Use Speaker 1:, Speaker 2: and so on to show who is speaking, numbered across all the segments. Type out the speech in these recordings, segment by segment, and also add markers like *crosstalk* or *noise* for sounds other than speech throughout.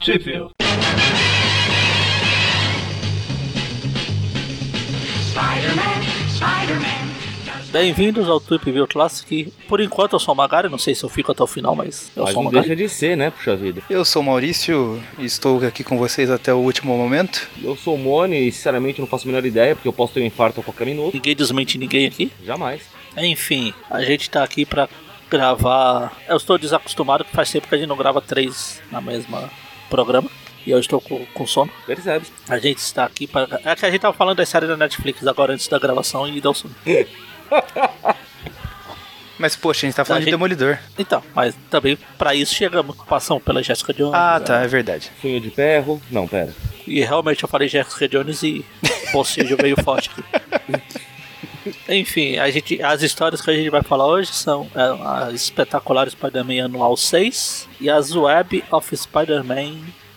Speaker 1: Sheffield. Bem-vindos ao Trip View Classic. Por enquanto eu sou o Magari, não sei se eu fico até o final, mas eu
Speaker 2: Mas
Speaker 1: sou o
Speaker 2: não
Speaker 1: Magari.
Speaker 2: deixa de ser, né, puxa vida.
Speaker 3: Eu sou o Maurício e estou aqui com vocês até o último momento.
Speaker 2: Eu sou o Mone e, sinceramente, não faço a menor ideia, porque eu posso ter um infarto a qualquer minuto.
Speaker 1: Ninguém desmente ninguém aqui.
Speaker 2: Jamais.
Speaker 1: Enfim, a gente tá aqui pra gravar. Eu estou desacostumado, que faz tempo que a gente não grava três na mesma programa. E eu estou com, com sono.
Speaker 2: Percebe?
Speaker 1: A gente está aqui para. É que a gente tava falando das séries da Netflix agora antes da gravação e deu sono.
Speaker 3: Mas, poxa, a gente tá falando
Speaker 1: A
Speaker 3: de
Speaker 1: gente-
Speaker 3: Demolidor.
Speaker 1: Então, mas também pra isso chegamos, passamos pela Jessica Jones.
Speaker 3: Ah,
Speaker 1: né?
Speaker 3: tá, é verdade.
Speaker 2: Punho de ferro. Não, pera.
Speaker 1: E realmente eu falei Jessica Jones e *laughs* bocejo meio forte. aqui. Enfim, a gente, as histórias que a gente vai falar hoje são é, a espetacular Spider-Man anual 6 e as Web of Spider-Man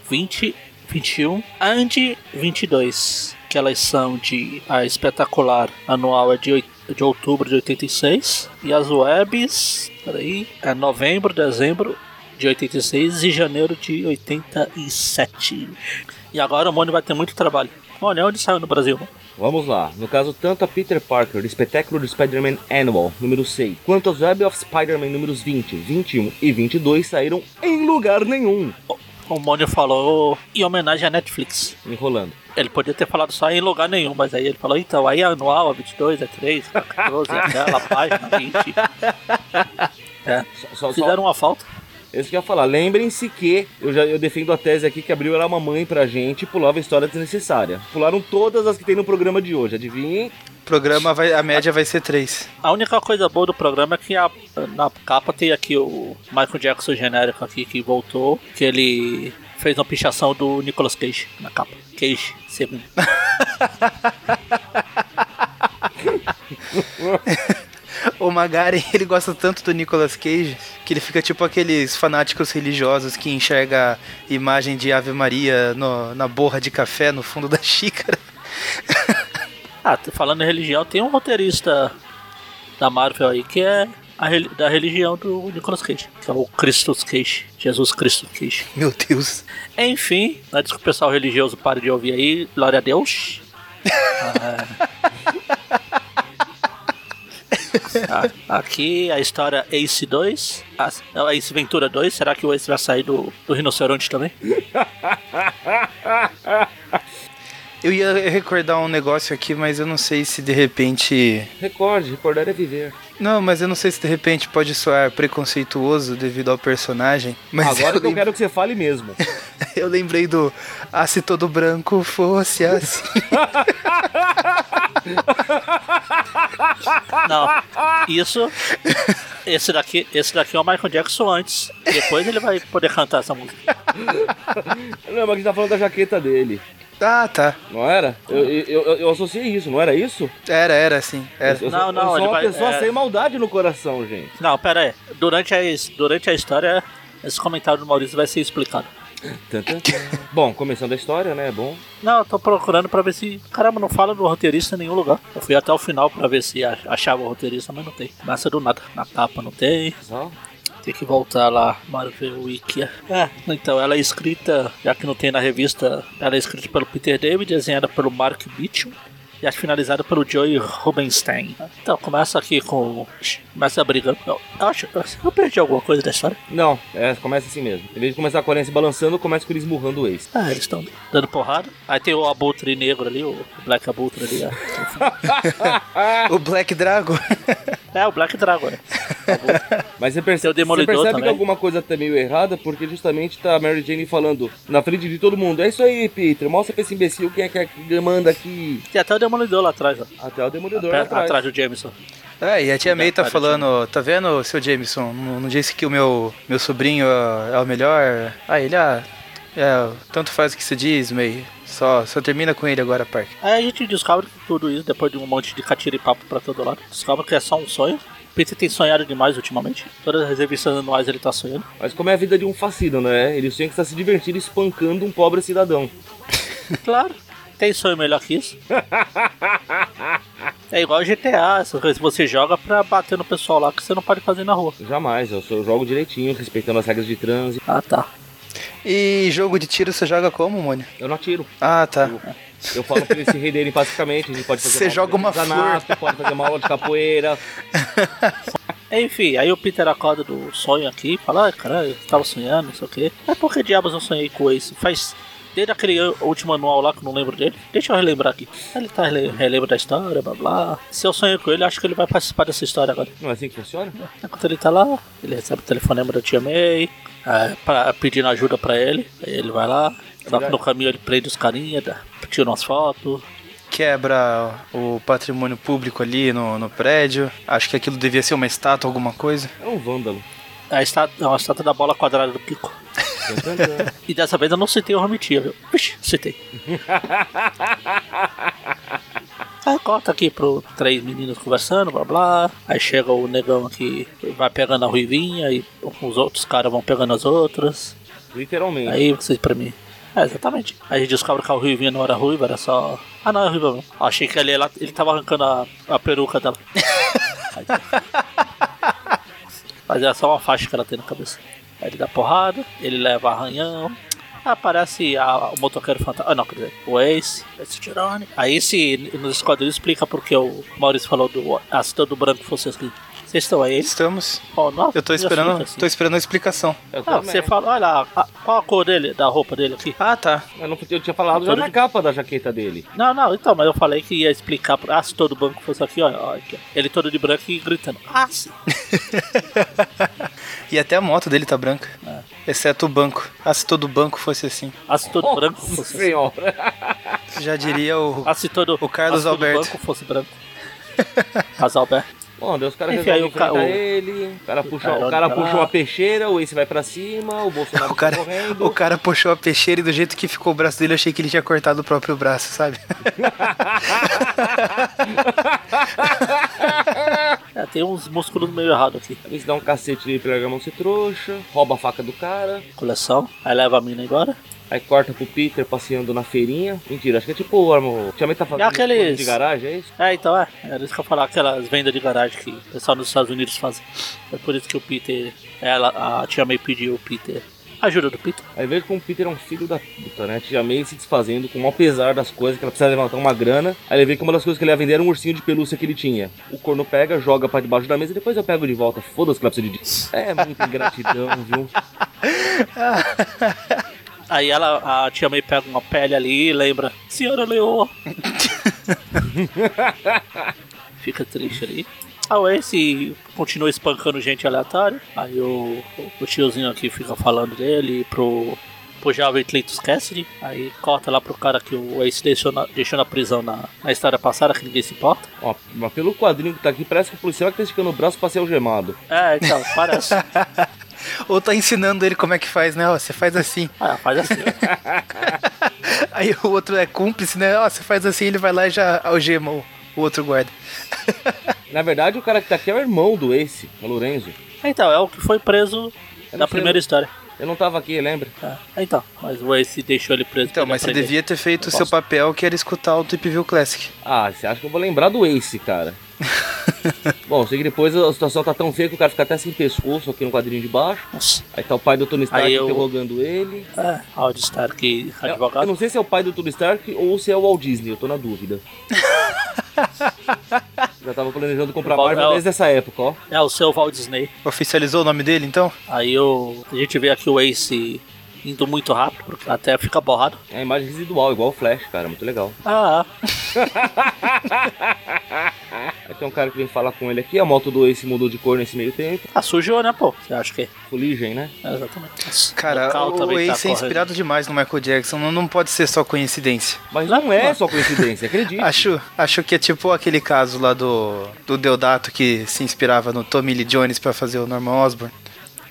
Speaker 1: 20, 21 and 22, que elas são de a espetacular anual é de, oit- de outubro de 86 e as webs, peraí, é novembro, dezembro de 86 e janeiro de 87. E agora o Mônio vai ter muito trabalho. Mônio, onde saiu no Brasil? mano?
Speaker 2: Vamos lá. No caso, tanto a Peter Parker, do espetáculo do Spider-Man Annual, número 6, quanto as Web of Spider-Man números 20, 21 e 22 saíram em lugar nenhum.
Speaker 1: O Mônio falou em homenagem à Netflix.
Speaker 2: Enrolando.
Speaker 1: Ele podia ter falado só em lugar nenhum, mas aí ele falou, então, aí é anual, é 22, é 3, é 14, é aquela página, 20. É.
Speaker 2: Só, só,
Speaker 1: Fizeram uma falta.
Speaker 2: Isso que eu ia falar. Lembrem-se que eu já eu defendo a tese aqui que abriu era uma mãe pra gente e pulava história desnecessária. Pularam todas as que tem no programa de hoje, adivinhem?
Speaker 3: O programa, vai, a média vai ser 3.
Speaker 1: A única coisa boa do programa é que a- na capa tem aqui o Michael Jackson genérico aqui que voltou, que ele fez uma pichação do Nicolas Cage na capa. Cage, segundo.
Speaker 3: *laughs* O Magari, ele gosta tanto do Nicolas Cage que ele fica tipo aqueles fanáticos religiosos que enxerga a imagem de Ave Maria no- na borra de café no fundo da *laughs* xícara.
Speaker 1: Ah, t- falando em religião, tem um roteirista da Marvel aí que é a reli- da religião do Nicolas Cage, que é o Cristo Cage, Jesus Cristo Cage.
Speaker 3: Meu Deus.
Speaker 1: Enfim, antes que o pessoal religioso pare de ouvir aí, glória a Deus. Ah. *laughs* Ah, Aqui a história Ace 2, a- não, Ace Ventura 2. Será que o Ace vai sair do, do rinoceronte também?
Speaker 3: Eu ia recordar um negócio aqui, mas eu não sei se de repente
Speaker 2: Recorde, recordar é viver.
Speaker 3: Não, mas eu não sei se de repente pode soar preconceituoso devido ao personagem. Mas é
Speaker 2: Agora
Speaker 3: eu,
Speaker 2: que eu
Speaker 3: lem-
Speaker 2: quero que você fale mesmo.
Speaker 3: *laughs* eu lembrei do Ah, se todo branco fosse assim. *laughs*
Speaker 1: Não, isso. Esse daqui, esse daqui é o Michael Jackson antes. Depois ele vai poder cantar essa música.
Speaker 2: não, mas a gente tá falando da jaqueta dele.
Speaker 3: ah, tá.
Speaker 2: Não era? Eu, eu, eu, eu associei isso, não era isso?
Speaker 3: Era, era assim. Era.
Speaker 2: Eu
Speaker 1: Não,
Speaker 2: sou,
Speaker 1: não,
Speaker 2: eu sou
Speaker 1: ele
Speaker 2: uma
Speaker 1: vai-
Speaker 2: pessoa
Speaker 1: é.
Speaker 2: sem maldade no coração, gente.
Speaker 1: Não, pera aí. Durante a, his- durante a história, esse comentário do Maurício vai ser explicado.
Speaker 2: Tan, tan, tan. *laughs* Bom, começando a história, né? É bom.
Speaker 1: Não, eu tô procurando pra ver se. Caramba, não fala do roteirista em nenhum lugar. Eu fui até o final pra ver se ach- achava o roteirista, mas não tem. Nasce do nada. Na capa não tem.
Speaker 2: Só.
Speaker 1: Tem que voltar lá. Marvel Wiki. É, então ela é escrita, já que não tem na revista, ela é escrita pelo Peter David, desenhada pelo Mark Beecham. E é finalizada pelo Joey Rubenstein. Então, começa aqui com. Começa brigando. Eu, eu acho. Eu perdi alguma coisa da história.
Speaker 2: Não, é, começa assim mesmo. Em vez de começar com a Aranha se balançando, começa com ele esmurrando o ex.
Speaker 1: Ah, eles estão dando porrada. Aí tem o Abutre negro ali, o Black Abutre ali. ó.
Speaker 3: O Black Dragon. *laughs*
Speaker 1: É, o Black Dragon, né?
Speaker 2: Mas você percebe,
Speaker 1: Tem o Demolidor
Speaker 2: você percebe
Speaker 1: também.
Speaker 2: que alguma coisa tá meio errada, porque justamente tá a Mary Jane falando na frente de todo mundo. É isso aí, Peter. Mostra pra esse imbecil quem é que, é que manda aqui.
Speaker 1: Tem até o Demolidor lá atrás, ó.
Speaker 2: Até o Demolidor
Speaker 1: Atrás,
Speaker 2: lá atrás.
Speaker 1: atrás do Jameson.
Speaker 3: É, e a tia May tá
Speaker 1: Cara,
Speaker 3: falando, tá vendo, seu Jameson? Não, não disse que o meu, meu sobrinho é é o melhor? Ah, ele, ah, é, tanto faz o que você diz, May. Só, só termina com ele agora, Park.
Speaker 1: Aí a gente descobre que tudo isso, depois de um monte de catiripapo pra todo lado, descobre que é só um sonho. Peter tem sonhado demais ultimamente. Todas as revistas anuais ele tá *laughs* sonhando.
Speaker 2: Mas como é a vida de um fascino, né? Ele tinha que estar se divertindo espancando um pobre cidadão.
Speaker 1: Claro, tem sonho melhor que *laughs* isso. É igual GTA, essas coisas que você joga pra bater no pessoal lá que você não pode fazer na rua.
Speaker 2: Jamais, eu, sou, eu jogo direitinho, respeitando as regras de trânsito.
Speaker 1: Ah, tá.
Speaker 3: E jogo de tiro você joga como, Mônio?
Speaker 2: Eu não atiro.
Speaker 3: Ah, tá.
Speaker 2: Eu falo pra eles se renderem pacificamente. A gente pode fazer
Speaker 3: Você
Speaker 2: uma aula
Speaker 3: joga
Speaker 2: de
Speaker 3: uma
Speaker 2: artesanato, pode fazer uma aula de capoeira.
Speaker 1: É, Enfim, aí o Peter acorda do sonho aqui e fala, ah, caralho, eu tava sonhando, não sei o quê. Mas por que diabos eu sonhei com esse? Faz. Desde aquele an- último anual lá que eu não lembro dele. Deixa eu relembrar aqui. Aí Ele tá rele- relembra da história, blá blá. Se eu sonhei com ele, acho que ele vai participar dessa história agora.
Speaker 2: Não é assim que funciona?
Speaker 1: Enquanto ele tá lá, ele recebe o telefonema da tia May, é, pra- pedindo ajuda pra ele. Aí ele vai lá, só que no caminho ele prende os carinha, dá- tira umas fotos.
Speaker 3: Quebra o patrimônio público ali no, no prédio. Acho que aquilo devia ser uma estátua, alguma coisa.
Speaker 2: É um vândalo.
Speaker 1: A estátua, a estátua da bola quadrada do Kiko.
Speaker 2: Tan, tan, tan.
Speaker 1: *laughs* E dessa vez eu não citei o Romitia, viu? Vixe, citei. Aí corta aqui pro três meninos conversando, blá blá. Aí chega o negão aqui, vai pegando a ruivinha e os outros caras vão pegando as outras.
Speaker 2: Literalmente.
Speaker 1: Aí vocês pra mim. É, exatamente. Aí a gente descobre que a ruivinha não era ruiva, era só. Ah, não, é ruiva mesmo. Achei que ele, ela, ele tava arrancando a, a peruca
Speaker 3: *laughs*
Speaker 1: dela. Mas era só uma faixa que ela tem na cabeça. Aí ele dá porrada, ele leva arranhão. Aparece a- o motoqueiro fantasma. Ah, não, quer dizer, o Ace, esse Tirone. Aí esse nos esquadrinhos explica porque o Maurício falou do ácido do branco fosse assim. Vocês estão aí?
Speaker 3: Estamos.
Speaker 1: Ó, nossa,
Speaker 3: Eu tô
Speaker 1: que
Speaker 3: esperando,
Speaker 1: assunto assim.
Speaker 3: tô esperando a explicação.
Speaker 2: É Eu
Speaker 1: Ah,
Speaker 2: também.
Speaker 1: você fala, olha, a- qual a cor dele, da roupa dele aqui?
Speaker 3: Ah, tá.
Speaker 2: Eu, não, eu tinha falado já na capa da jaqueta dele.
Speaker 1: Não, não, então, mas eu falei que ia explicar. pro- Ah, se todo banco fosse aqui, olha, olha aqui, ó. Ele todo de branco e gritando. Ah, sim.
Speaker 3: *laughs* E até a moto dele tá branca. Exceto o banco. Ah, se todo banco fosse assim.
Speaker 1: Ah, se
Speaker 2: Oh,
Speaker 1: todo branco
Speaker 2: Nossa
Speaker 1: fosse assim.
Speaker 2: *laughs* senhora.
Speaker 3: Já diria o.
Speaker 1: Ah, se todo,
Speaker 3: O Carlos
Speaker 1: ah, se todo
Speaker 3: Alberto.
Speaker 1: banco fosse branco. *laughs* Mas Alberto.
Speaker 2: Bom, daí os caras
Speaker 1: Enfim, aí
Speaker 2: resolvem
Speaker 1: o ca-
Speaker 2: enfrentar
Speaker 1: o-
Speaker 2: ele. O cara puxa,
Speaker 1: cara
Speaker 2: o cara
Speaker 1: olha pra
Speaker 2: puxa
Speaker 1: lá.
Speaker 2: uma peixeira, o Ace vai pra cima,
Speaker 1: *laughs*
Speaker 2: o Bolsonaro
Speaker 3: *laughs* O cara,
Speaker 2: tá correndo.
Speaker 3: o
Speaker 2: *laughs*
Speaker 3: cara puxou a peixeira e do jeito que ficou o braço dele, eu achei que ele tinha cortado o próprio braço, sabe? *laughs*
Speaker 1: É, tem uns músculos meio errados aqui.
Speaker 2: Eles dão um cacete nele pra largar a mão ser trouxa, rouba a faca do cara,
Speaker 1: Coleção. Aí leva a mina embora.
Speaker 2: aí corta pro Peter passeando na feirinha. Mentira, acho que é tipo o Armo. Tia May tá fazendo
Speaker 1: É aqueles-
Speaker 2: coisa de garagem, é isso?
Speaker 1: É, então é. Era isso que eu ia falar, aquelas vendas de garagem que o pessoal nos Estados Unidos fazem. É por isso que o Peter. Ela, a tia May pediu o Peter. Ajuda do Peter.
Speaker 2: Aí vejo como o Peter é um filho da puta, né? Tia May se desfazendo com o maior pesar das coisas, que ela precisa levantar uma grana. Aí ele vê que uma das coisas que ele ia vender era um ursinho de pelúcia que ele tinha. O corno pega, joga pra debaixo da mesa e depois eu pego de volta. Foda-se que ela precisa de. É muita ingratidão, *laughs* viu?
Speaker 1: Aí ela, a tia May pega uma pele ali e lembra, senhora
Speaker 3: *laughs*
Speaker 1: leoa. Fica triste ali. A Waze continua espancando gente aleatória. Aí o, o tiozinho aqui fica falando dele pro, pro jovem Cleitus Cassidy. Aí corta lá pro cara que o Ace deixou na, deixou na prisão na, na história passada, que ninguém se importa.
Speaker 2: Ó, mas pelo quadrinho que tá aqui, parece que o policial é que tá esticando o braço pra ser algemado.
Speaker 1: É, então,
Speaker 3: *laughs*
Speaker 1: parece.
Speaker 3: Ou tá ensinando ele como é que faz, né? Ó, você faz assim. *laughs*
Speaker 1: Ah, faz assim.
Speaker 3: Aí o outro é cúmplice, né? Ó, você faz assim, ele vai lá e já algema o, o outro guarda. *laughs*
Speaker 2: Na verdade, o cara que tá aqui é o irmão do Ace, o Lorenzo.
Speaker 1: Então, é o que foi preso
Speaker 2: Eu
Speaker 1: na
Speaker 2: não sei.
Speaker 1: primeira história.
Speaker 2: Eu não tava aqui, lembra?
Speaker 1: É, então, mas o Ace deixou ele preso. pra
Speaker 3: Então,
Speaker 1: ele
Speaker 3: mas você
Speaker 1: aprender.
Speaker 3: devia ter feito o seu
Speaker 1: Bosta.
Speaker 3: papel, que era escutar o Tip View Classic.
Speaker 2: Ah, você acha que eu vou lembrar do Ace, cara? Bom, sei que depois a situação tá tão feia que o cara fica até sem pescoço aqui no quadrinho de baixo.
Speaker 1: Nossa.
Speaker 2: Aí tá o pai do Tony Stark
Speaker 1: Aí eu-
Speaker 2: interrogando ele.
Speaker 1: É, Howard Stark,
Speaker 2: Eu- Eu
Speaker 1: advogado.
Speaker 2: não sei se é o pai do Tony Stark ou se é o Walt Disney, eu tô
Speaker 1: *laughs*
Speaker 2: na dúvida. Já tava planejando comprar
Speaker 1: Val-
Speaker 2: Marvel
Speaker 1: é o-
Speaker 2: desde essa época, ó.
Speaker 1: É o seu Walt Disney.
Speaker 3: Oficializou o nome dele, então?
Speaker 1: Aí o a gente vê aqui o Ace indo muito rápido, porque até fica borrado.
Speaker 2: É a imagem residual, igual o Flash, cara, muito legal.
Speaker 1: Ah,
Speaker 2: Aí tem um cara que vem falar com ele aqui, a moto do Ace mudou de cor nesse meio tempo.
Speaker 1: ah, sujou, né, pô? Você acha que é?
Speaker 2: Fuligem, né?
Speaker 1: É, Exatamente.
Speaker 3: Cara,
Speaker 1: Cal
Speaker 3: o,
Speaker 1: também tá
Speaker 3: Ace é
Speaker 1: correndo.
Speaker 3: inspirado demais no Michael Jackson, não, não pode ser só coincidência.
Speaker 2: Mas não é só
Speaker 1: *laughs*
Speaker 2: coincidência, acredite.
Speaker 3: Acho, acho que é tipo aquele caso lá do, do Deodato que se inspirava no Tommy Lee Jones pra fazer o Norman Osborn.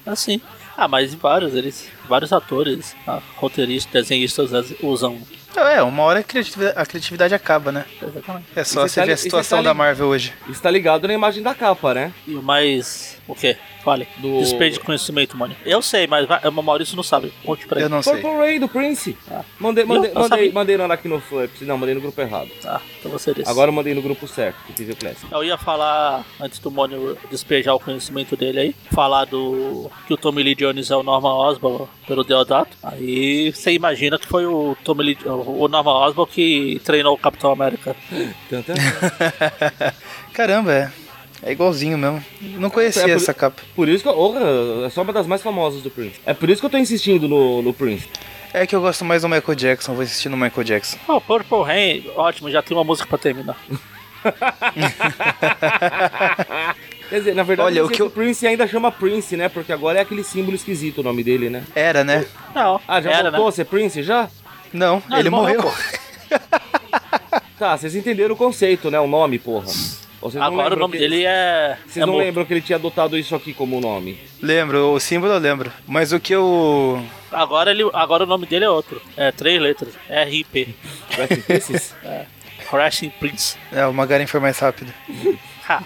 Speaker 1: Assim. Ah, mas em vários, eles, vários atores, ah, roteiristas, ah, desenhistas as- usam
Speaker 3: É, uma hora a criatividade, a criatividade acaba, né?
Speaker 1: Exatamente.
Speaker 3: É só
Speaker 2: E
Speaker 3: você
Speaker 2: você tá li-
Speaker 3: ver a
Speaker 2: e você
Speaker 3: situação
Speaker 2: tá li-
Speaker 3: da Marvel hoje.
Speaker 2: Isso tá ligado na imagem da capa, né?
Speaker 1: E o mais. O quê? Fale.
Speaker 2: Do-
Speaker 1: Despejo de conhecimento, mano. Eu sei, mas vai, o Maurício não sabe. Conte pra
Speaker 3: Eu
Speaker 1: ele. Ah,
Speaker 3: não sei.
Speaker 2: Purple Rain do Prince. Mandei, mandei,
Speaker 1: Não, eu
Speaker 2: mandei,
Speaker 1: sabia.
Speaker 2: mandei no Arachnoflex. Não, mandei no grupo errado.
Speaker 1: Tá, então você disse.
Speaker 2: Agora eu mandei no grupo certo, que fiz o Classic.
Speaker 1: Eu ia falar, antes do Mônio despejar o conhecimento dele aí, falar do que o Tommy Lee Jones é o Norman Osborn pelo Deodato. Aí você imagina que foi o Tommy Lee, o Norman Osborn que treinou o Capitão América.
Speaker 2: Tantã.
Speaker 3: *laughs* Caramba, é. É igualzinho mesmo. Não conhecia
Speaker 2: É por-
Speaker 3: essa capa.
Speaker 2: Por isso que eu. Orra, é só uma das mais famosas do Prince. É por isso que eu tô insistindo no, no
Speaker 3: *laughs*
Speaker 2: Prince.
Speaker 3: É que eu gosto mais do Michael Jackson, vou insistir no Michael Jackson.
Speaker 1: Oh, Purple Rain, ótimo, já tem uma música pra terminar.
Speaker 2: Quer dizer, na verdade,
Speaker 3: Olha,
Speaker 2: não
Speaker 3: o
Speaker 2: sei
Speaker 3: que
Speaker 2: se
Speaker 3: eu-
Speaker 2: Prince ainda chama Prince, né? Porque agora é aquele símbolo esquisito o nome dele, né?
Speaker 3: Era, né?
Speaker 1: Não,
Speaker 2: Ah, já
Speaker 1: era,
Speaker 2: voltou
Speaker 1: né?
Speaker 2: a ser Prince já?
Speaker 3: Não,
Speaker 1: Não,
Speaker 3: ele,
Speaker 1: ele morreu,
Speaker 3: morreu. *laughs*
Speaker 2: Tá, vocês entenderam o conceito, né? O nome, porra. Ou vocês não
Speaker 1: Agora
Speaker 2: lembram
Speaker 1: o nome
Speaker 2: que-
Speaker 1: dele é.
Speaker 2: Vocês
Speaker 1: é
Speaker 2: não
Speaker 1: Mo-
Speaker 2: lembram que ele tinha adotado isso aqui como nome?
Speaker 3: Lembro, o símbolo eu lembro. Mas o que eu.
Speaker 1: Agora, ele, agora o nome dele é outro. É três letras. RIP.
Speaker 2: Rest
Speaker 1: *laughs*
Speaker 2: in Pieces?
Speaker 1: Crashing Prince.
Speaker 3: É, o Magaren foi mais rápido.
Speaker 1: Ha.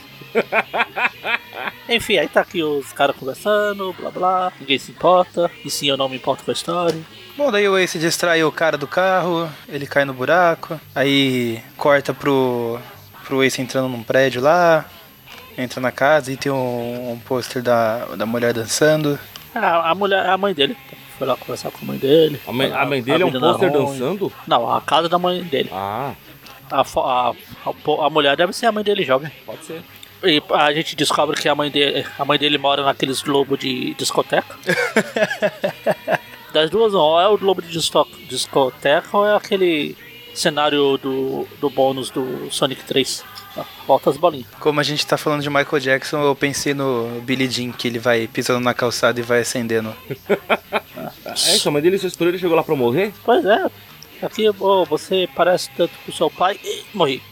Speaker 1: Enfim, aí tá aqui os caras conversando, blá blá, ninguém se importa, e sim eu não me importo com a história.
Speaker 3: Bom, daí o Ace distrai o cara do carro, ele cai no buraco, aí corta pro, pro Ace entrando num prédio lá, entra na casa e tem um, um pôster da, da mulher dançando.
Speaker 1: Ah, A, a mulher, a mãe dele, foi lá conversar com a mãe dele.
Speaker 2: A mãe,
Speaker 1: falar,
Speaker 2: a mãe dele é um
Speaker 1: vida não
Speaker 2: pôster
Speaker 1: ruim.
Speaker 2: dançando?
Speaker 1: Não, a casa da mãe dele.
Speaker 2: Ah,
Speaker 1: A, fo- a, a, po- a mulher deve ser a mãe dele jovem.
Speaker 2: pode ser.
Speaker 1: E a gente descobre que a mãe dele, a mãe dele mora naqueles globos de discoteca. Das duas, não, ou é o globo de disto- discoteca ou é aquele cenário do, do bônus do Sonic 3. Ah, Falta as bolinhas.
Speaker 3: Como a gente tá falando de Michael Jackson, eu pensei no Billy Jean, que ele vai pisando na calçada e vai acendendo.
Speaker 2: É isso, a mãe dele se esperou, ele chegou lá pra morrer?
Speaker 1: Pois é, aqui ô, você parece tanto com seu pai. Ih, morri.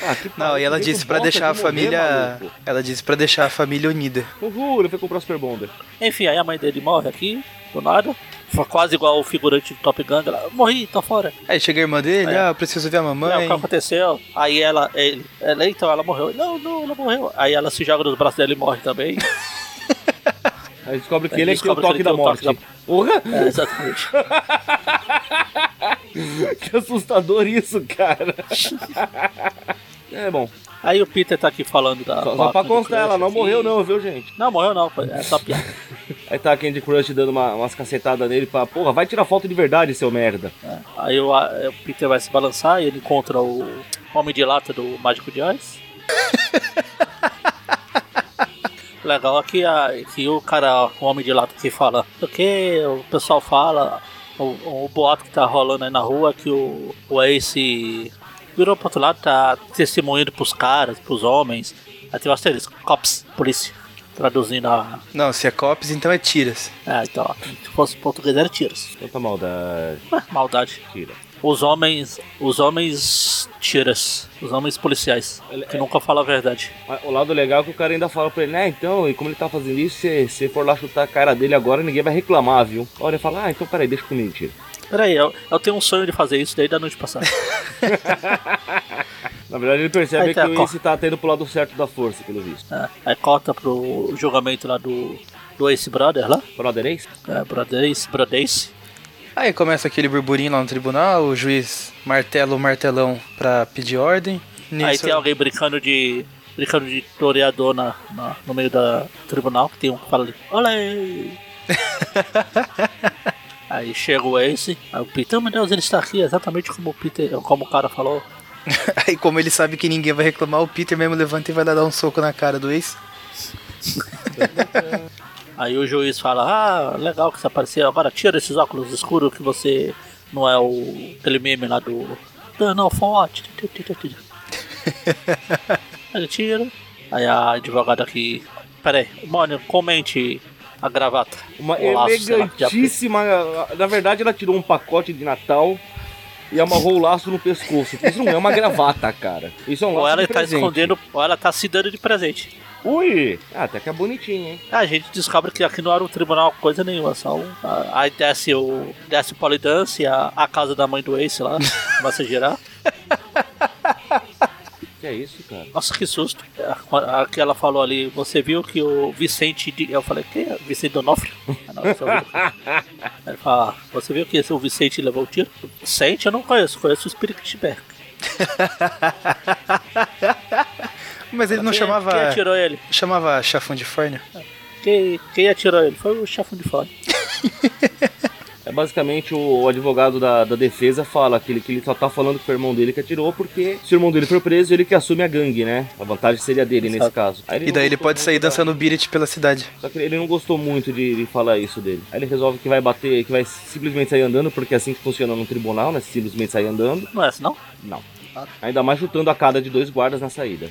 Speaker 2: Ah, que
Speaker 3: Não,
Speaker 2: pariu,
Speaker 3: e ela
Speaker 2: que
Speaker 3: disse pra
Speaker 2: bosta
Speaker 3: deixar a
Speaker 2: de morrer,
Speaker 3: família.
Speaker 2: maluco.
Speaker 3: Ela disse pra deixar a família unida.
Speaker 2: Uhul, ele foi comprar o Super Bonder.
Speaker 1: Enfim, aí a mãe dele morre aqui, do nada. Foi quase igual o figurante do Top Gun. Ela, morri, tô fora.
Speaker 3: Aí chega a irmã dele,
Speaker 1: É.
Speaker 3: ah, eu preciso ver a
Speaker 1: É, o
Speaker 3: mamãe.
Speaker 1: que aconteceu? Aí ela, ele, ela, então ela morreu. Não, não, ela morreu. Aí ela se joga nos braços dele e morre
Speaker 2: *laughs*
Speaker 1: também.
Speaker 2: Aí descobre que
Speaker 1: Aí
Speaker 2: ele é que tem o
Speaker 1: descobre
Speaker 2: toque
Speaker 1: que ele
Speaker 2: da
Speaker 1: tem o toque
Speaker 2: morte. Porra, *laughs*
Speaker 1: É, exatamente.
Speaker 2: que assustador isso, cara. *laughs* É bom,
Speaker 1: Aí o Peter tá aqui falando da.
Speaker 2: só, só pra
Speaker 1: do
Speaker 2: constar,
Speaker 1: Crush
Speaker 2: ela não
Speaker 1: aqui.
Speaker 2: morreu não, viu, gente?
Speaker 1: Não, morreu não, foi- é só piada.
Speaker 2: Aí tá a Candy Crush dando uma- umas cacetadas nele pra... Porra, vai tirar foto de verdade, seu merda.
Speaker 1: É. Aí o, a- o Peter vai se balançar e ele encontra o Homem de Lata do Mágico de Oz. *laughs* Legal é que, a, que o cara, o Homem de Lata que fala, porque o pessoal fala, o, o boato que tá rolando aí na rua é que o, o Ace virou pro outro lado, tá testemunhando pros caras, pros homens. Aí tem o asterisco, cops, polícia, traduzindo a...
Speaker 3: Não, se é cops, então é tiras.
Speaker 1: É, então, ó, se fosse português era tiros.
Speaker 2: Tanta maldade,
Speaker 1: Ah, Maldade.
Speaker 2: tira.
Speaker 1: Os homens. Os homens tiras. Os homens policiais.
Speaker 2: Ele-
Speaker 1: Que nunca falam a verdade.
Speaker 2: Mas O lado legal é que o cara ainda fala pra ele, né, então, e como ele tá fazendo isso, se você for lá chutar a cara dele agora, ninguém vai reclamar, viu? Olha, ele fala, ah, então peraí, deixa comigo, tira.
Speaker 1: Peraí, eu, eu tenho um sonho de fazer isso desde a noite passada.
Speaker 2: Na verdade, ele percebe
Speaker 1: Aí tá,
Speaker 2: que o
Speaker 1: co-
Speaker 2: Ace tá tendo pro lado certo da força, pelo visto.
Speaker 1: É, aí corta pro julgamento lá do. Do Ace Brother lá.
Speaker 2: Brother Ace?
Speaker 1: É, Brother Ace, Brother Ace.
Speaker 3: Aí começa aquele burburinho lá no tribunal, o juiz martela o martelão pra pedir ordem.
Speaker 1: Aí
Speaker 3: Nisso-
Speaker 1: tem alguém brincando de. brincando de toreador na, na- no meio da tribunal, que tem um que fala ali, olé! aí chega o Ace, aí o Peter, "Oh, meu Deus, ele está aqui exatamente como o Peter, como o cara falou.
Speaker 3: *laughs* Aí como ele sabe que ninguém vai reclamar, o Peter mesmo levanta e vai lá dar um soco na cara do ex.
Speaker 1: Aí o juiz fala, ah, legal que você apareceu, agora tira esses óculos escuros que você não é o aquele meme lá do. Não, forte. Ele tira. Aí a advogada aqui. Pera aí, Mônio, comente a gravata.
Speaker 2: Uma
Speaker 1: O laço, sei lá, de apelido.
Speaker 2: elegantíssima. Na verdade, ela tirou um pacote de Natal e amarrou o laço no pescoço. Isso não é uma gravata, cara. Isso é um laço
Speaker 1: Ou ela
Speaker 2: de
Speaker 1: tá
Speaker 2: presente.
Speaker 1: escondendo, ou ela tá se dando de presente.
Speaker 2: Ui! Ah, até que é bonitinho, hein?
Speaker 1: A gente descobre que aqui não era um tribunal coisa nenhuma, só um. a- Aí desce o. desce o Polydance, a, a casa da mãe do Ace lá, começa a girar.
Speaker 2: Que é isso, cara?
Speaker 1: Nossa, que susto. A, a que ela falou ali, você viu que o Vicente. de- Eu falei, que? Vicente Donofrio? Ah, não, esse é o outro. Aí Ele fala, "Ah, você viu que esse, o Vicente levou o tiro? Vicente eu não conheço, conheço o Spirit Tiber.
Speaker 3: Mas ele não
Speaker 1: quem, é-
Speaker 3: chamava.
Speaker 1: Quem atirou ele?
Speaker 3: Chamava chafão de forno?
Speaker 1: Quem, quem atirou ele? Foi o chafão de fora.
Speaker 2: É basicamente o, o advogado da, da defesa fala que ele, que ele só tá falando que foi o irmão dele que atirou, porque se o irmão dele for preso, ele que assume a gangue, né? A vantagem seria dele nesse
Speaker 1: Exato.
Speaker 2: caso. Aí
Speaker 3: E
Speaker 2: não
Speaker 3: daí ele
Speaker 2: gostou
Speaker 3: pode
Speaker 2: muito
Speaker 3: sair
Speaker 2: da-
Speaker 3: dançando Birit pela cidade.
Speaker 2: Só que ele não gostou muito de, de falar isso dele. Aí ele resolve que vai bater, que vai simplesmente sair andando, porque é assim que funciona no tribunal, né? Simplesmente sair andando.
Speaker 1: Não é assim, não?
Speaker 2: Não. Ainda mais chutando a cara de dois guardas na saída.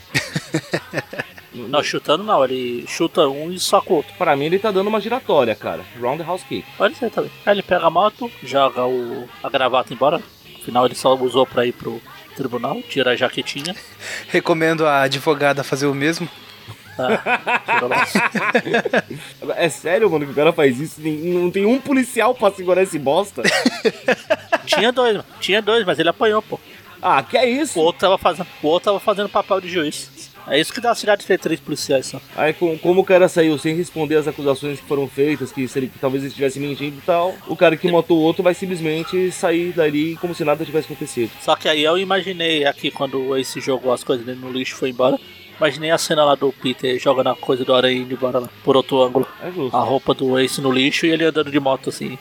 Speaker 1: Não, chutando não, ele chuta um e soca o outro.
Speaker 2: Pra mim ele tá dando uma giratória, cara. Roundhouse kick.
Speaker 1: Olha isso aí também. Aí ele pega a moto, joga o, a gravata embora. Afinal, ele só usou pra ir pro tribunal, tira a jaquetinha.
Speaker 3: Recomendo a advogada fazer o mesmo. *laughs*
Speaker 1: Ah, tira lá.
Speaker 2: Agora, É sério, mano, que o cara faz isso? Nem- Não tem um policial pra segurar
Speaker 1: *laughs*
Speaker 2: esse bosta?
Speaker 1: tinha dois, mano. tinha dois, mas ele apanhou, pô.
Speaker 2: Ah, que é isso?
Speaker 1: O outro tava fazendo, o outro tava fazendo papel de juiz. É isso que dá a cidade ter três policiais só.
Speaker 2: Aí com- como o cara saiu sem responder as acusações que foram feitas, que, se ele, que talvez ele estivesse mentindo e tal, o cara que matou o outro vai simplesmente sair dali como se nada tivesse acontecido.
Speaker 1: Só que aí eu imaginei aqui quando o Ace jogou as coisas dele no lixo e foi embora. Imaginei a cena lá do Peter jogando a coisa do aranha e indo embora lá, por outro ângulo.
Speaker 2: É justo.
Speaker 1: A roupa do Ace no lixo e ele andando de moto assim.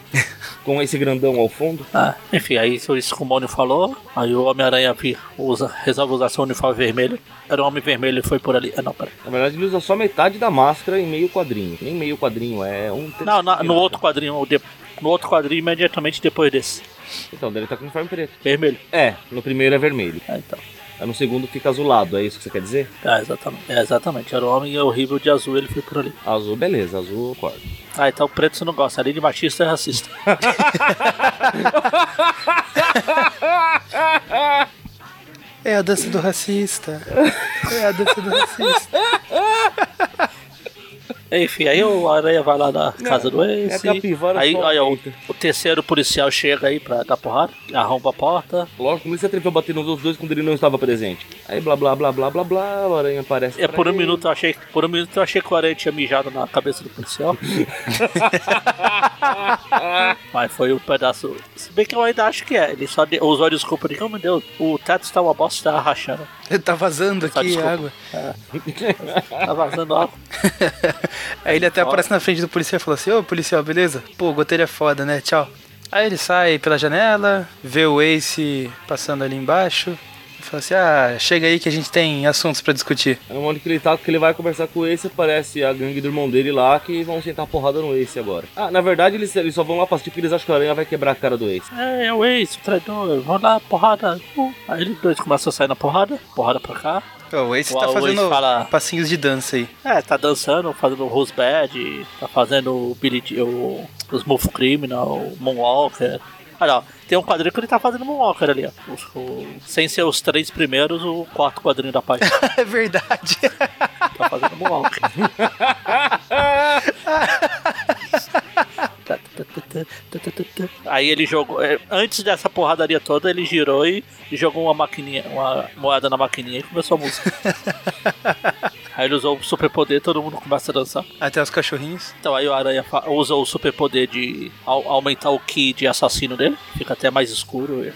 Speaker 2: Com esse grandão ao fundo.
Speaker 1: Ah, enfim, aí isso, isso que o Mônio falou, aí o Homem-Aranha vi- usa, resolve usar seu uniforme vermelho. Era o Homem Vermelho e foi por ali. Ah, não, pera.
Speaker 2: Na verdade, ele usa só metade da máscara em meio quadrinho. Nem meio quadrinho, é um. terço
Speaker 1: Não, na- no
Speaker 2: pirata.
Speaker 1: outro quadrinho, o de- no outro quadrinho imediatamente depois desse.
Speaker 2: Então, dele tá com uniforme preto.
Speaker 1: Vermelho.
Speaker 2: É, no primeiro é vermelho.
Speaker 1: Ah, então.
Speaker 2: Aí no segundo fica azulado, é isso que você quer dizer?
Speaker 1: Ah, exatamente. É, exatamente. Era o Homem Horrível de Azul, ele foi por ali.
Speaker 2: Azul, beleza, azul eu concordo.
Speaker 1: Ah, então preto você não gosta. Além de machista, é racista.
Speaker 3: É a dança do racista. É a dança
Speaker 1: *laughs*
Speaker 3: do racista.
Speaker 1: Enfim, aí o Aranha vai lá na casa do
Speaker 2: é
Speaker 1: Ace.
Speaker 2: a capivara
Speaker 1: aí,
Speaker 2: só
Speaker 1: olha, o,
Speaker 2: aumenta.
Speaker 1: o terceiro policial chega aí pra dar porrada, arromba a porta.
Speaker 2: Lógico, como ele se atreveu a bater nos outros dois quando ele não estava presente? Aí blá blá blá blá blá blá, o aranha aparece.
Speaker 1: É,
Speaker 2: pra
Speaker 1: por um
Speaker 2: ele.
Speaker 1: minuto eu achei, por um minuto eu achei que o aranha tinha mijado na cabeça do
Speaker 2: *laughs*
Speaker 1: policial. Mas foi um pedaço. Se bem que eu ainda acho que é. Ele só de- usou a desculpa de, oh meu Deus, o teto está uma bosta, tá rachando.
Speaker 3: Tá vazando
Speaker 1: Tá,
Speaker 3: aqui
Speaker 1: desculpa.
Speaker 3: água.
Speaker 1: Tá vazando algo.
Speaker 3: *laughs* Aí ele até aparece na frente do policial e fala assim: Ô policial, beleza? Pô, o goteiro é foda, né? Tchau. Aí ele sai pela janela, vê o Ace passando ali embaixo. E fala assim: Ah, chega aí que a gente tem assuntos pra discutir.
Speaker 2: Aí no momento que ele tá, que ele vai conversar com o Ace, aparece a gangue do irmão dele lá que vão sentar porrada no Ace agora. Ah, na verdade eles, eles só vão lá pra assistir porque eles acham que o aranha vai quebrar a cara do Ace.
Speaker 1: É, é o ex, o traidor, vamos lá, porrada. Uh. Aí eles dois começam a sair na porrada, porrada pra cá.
Speaker 3: Ô, o Ace
Speaker 1: O-
Speaker 3: tá
Speaker 1: o Ace
Speaker 3: fazendo
Speaker 1: fala-
Speaker 3: passinhos de dança aí.
Speaker 1: É, tá dançando, fazendo Rose Bad, tá fazendo o Billy, Je- o, os Smooth Criminal, o Moonwalker. Olha, ó, tem um quadrinho que ele tá fazendo Moonwalker ali, ó. Os- o- sem ser os três primeiros, o quarto quadrinho da página
Speaker 3: *laughs* é verdade.
Speaker 1: tá fazendo Moonwalker. Aí ele jogou, é, antes dessa porradaria toda, ele girou e, e jogou uma maquininha, uma moeda na maquininha e começou a *laughs* música. Aí ele usou o superpoder, todo mundo começa a dançar.
Speaker 3: *laughs* Até os cachorrinhos.
Speaker 1: Então aí o Aranha fa- usa o superpoder de au- aumentar o ki de assassino dele, fica até mais escuro. e-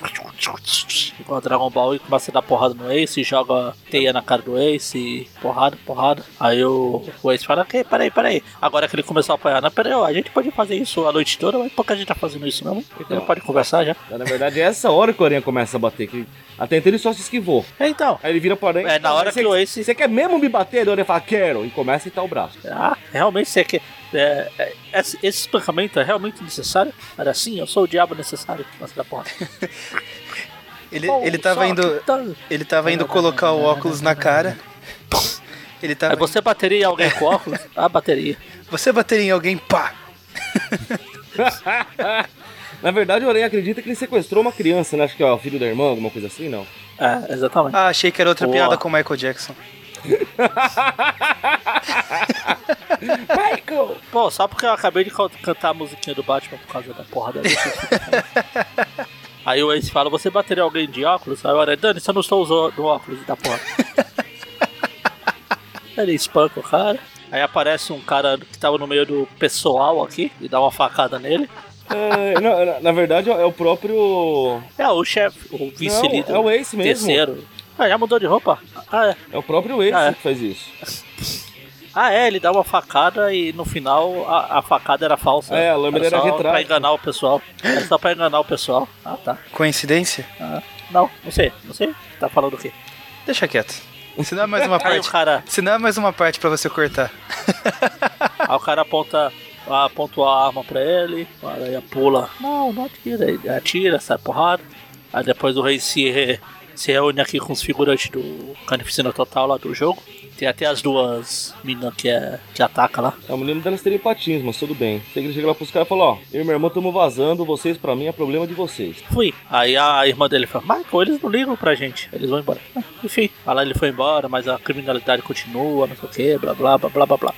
Speaker 1: Igual a Dragon Ball e começa a dar porrada no Ace, joga teia na cara do Ace, e porrada, porrada. Aí o, o Ace fala, ok, peraí, peraí. Agora que ele começou a apanhar, não, peraí, ó, a gente pode fazer isso a noite toda, mas por que a gente tá fazendo isso mesmo? Ele pode conversar já.
Speaker 2: Na verdade é essa hora que o aranha começa a bater. Que até então ele só se esquivou.
Speaker 1: Então,
Speaker 2: Aí ele vira pro aranha. "Ah,
Speaker 1: É, na hora
Speaker 2: "Você-
Speaker 1: que o Ace-
Speaker 2: Você quer mesmo me bater? Ele olha e fala, quero. E começa a entar o braço.
Speaker 1: Ah, realmente você quer. É, é, esse esse espancamento é realmente necessário? Era assim, eu sou o diabo necessário. Nossa, da porra.
Speaker 3: Ele,
Speaker 1: Oh,
Speaker 3: ele tava
Speaker 1: só
Speaker 3: indo.
Speaker 1: que tá-
Speaker 3: Ele tava indo colocar o óculos na cara. Ele tava.
Speaker 1: Aí você bateria em alguém com óculos? Ah, bateria.
Speaker 3: Você bateria em alguém, pá!
Speaker 2: *laughs* Na verdade, o Aranha acredita que ele sequestrou uma criança, né? Acho que é o filho da irmã, alguma coisa assim,
Speaker 1: *laughs*
Speaker 2: não? Ah,
Speaker 1: É, exatamente.
Speaker 3: Ah, achei que era outra
Speaker 1: Boa.
Speaker 3: piada com o Michael Jackson.
Speaker 2: Michael!
Speaker 1: Pô, só porque eu acabei de ca- cantar a musiquinha do Batman por causa da porra da
Speaker 2: *laughs*
Speaker 1: Aí o Ace fala, você bateria alguém de óculos? Aí o Aranha, Dani, você não estou usando óculos da
Speaker 2: *laughs*
Speaker 1: porra. Ele espanca o cara. Aí aparece um cara que tava no meio do pessoal aqui e dá uma facada nele.
Speaker 2: É, não, na, na verdade é o próprio.
Speaker 1: É o chefe, o vice-líder.
Speaker 2: é o Ace mesmo.
Speaker 1: Terceiro. Ah, já mudou de roupa? Ah é.
Speaker 2: É o próprio Ace
Speaker 1: Ah, é.
Speaker 2: que faz isso.
Speaker 1: Ah, é, ele dá uma facada e no final a, a facada era falsa.
Speaker 2: É, a lâmina era
Speaker 1: só
Speaker 2: retrátil.
Speaker 1: Pra enganar o pessoal. Era só pra enganar o pessoal. Ah, tá.
Speaker 3: Coincidência?
Speaker 1: Ah, não, não sei, não sei. Tá falando o quê?
Speaker 3: Deixa quieto. Se não é *laughs* mais uma
Speaker 1: Aí o
Speaker 3: parte.
Speaker 1: cara,
Speaker 3: Se não é mais uma parte pra você cortar.
Speaker 1: aí o cara aponta, aponta a arma pra ele, o aranha pula. Não, não atira. Ele atira, sai porrada. Aí depois o rei se, re- se reúne aqui com os figurantes do Carnificina Total lá do jogo. Tem até as duas meninas que, é, que ataca lá.
Speaker 2: Eu me lembro delas terem patins, mas tudo bem. Sei que ele chega lá pros caras e fala: Ó, eu e meu irmão estamos vazando, vocês pra mim é problema de vocês.
Speaker 1: Fui. Aí a irmã dele fala, Michael, eles não ligam pra gente, eles vão embora. Ah, Enfim, aí lá ele foi embora, mas a criminalidade continua, não sei o que, blá blá blá blá blá blá.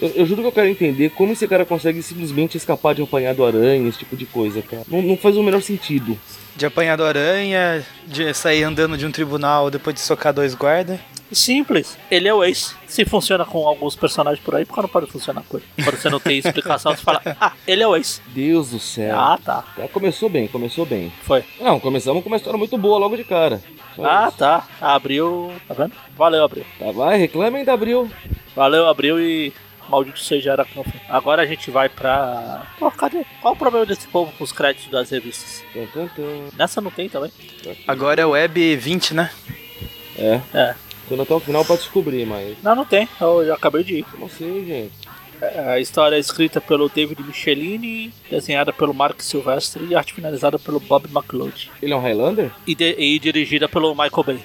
Speaker 2: Eu, eu juro que eu quero entender como esse cara consegue simplesmente escapar de um apanhado aranha, esse tipo de coisa, cara. Não, não faz o menor sentido.
Speaker 3: De apanhar do aranha, de sair andando de um tribunal depois de socar dois guardas.
Speaker 1: Simples, ele é o ex. Se funciona com alguns personagens por aí, por que não pode funcionar com ele? Quando você não tem explicação, você fala, ah, ele é o ex.
Speaker 2: Deus do céu.
Speaker 1: Ah, tá,
Speaker 2: Tá, começou bem, começou bem.
Speaker 1: foi.
Speaker 2: Não, começamos com uma história muito boa logo de cara. Só
Speaker 1: Ah,
Speaker 2: isso.
Speaker 1: tá, abriu, tá vendo? Valeu, abriu.
Speaker 2: Tá, vai, reclamem da Abril.
Speaker 1: Valeu, abriu e maldito seja era Agora a gente vai pra... Pô, cadê? Qual o problema desse povo com os créditos das revistas?
Speaker 2: Tum, tum, tum.
Speaker 1: Nessa não tem também?
Speaker 3: Agora é Web 20, né?
Speaker 2: É,
Speaker 1: É.
Speaker 2: tô até o final pra descobrir, mas.
Speaker 1: Não, não tem. Eu já acabei de ir.
Speaker 2: eu Não sei, gente.
Speaker 1: É, A história é escrita pelo David Michelini, desenhada pelo Mark Silvestre e arte finalizada pelo Bob McLeod.
Speaker 2: Ele é um Highlander?
Speaker 1: E, de- e dirigida pelo Michael Bay.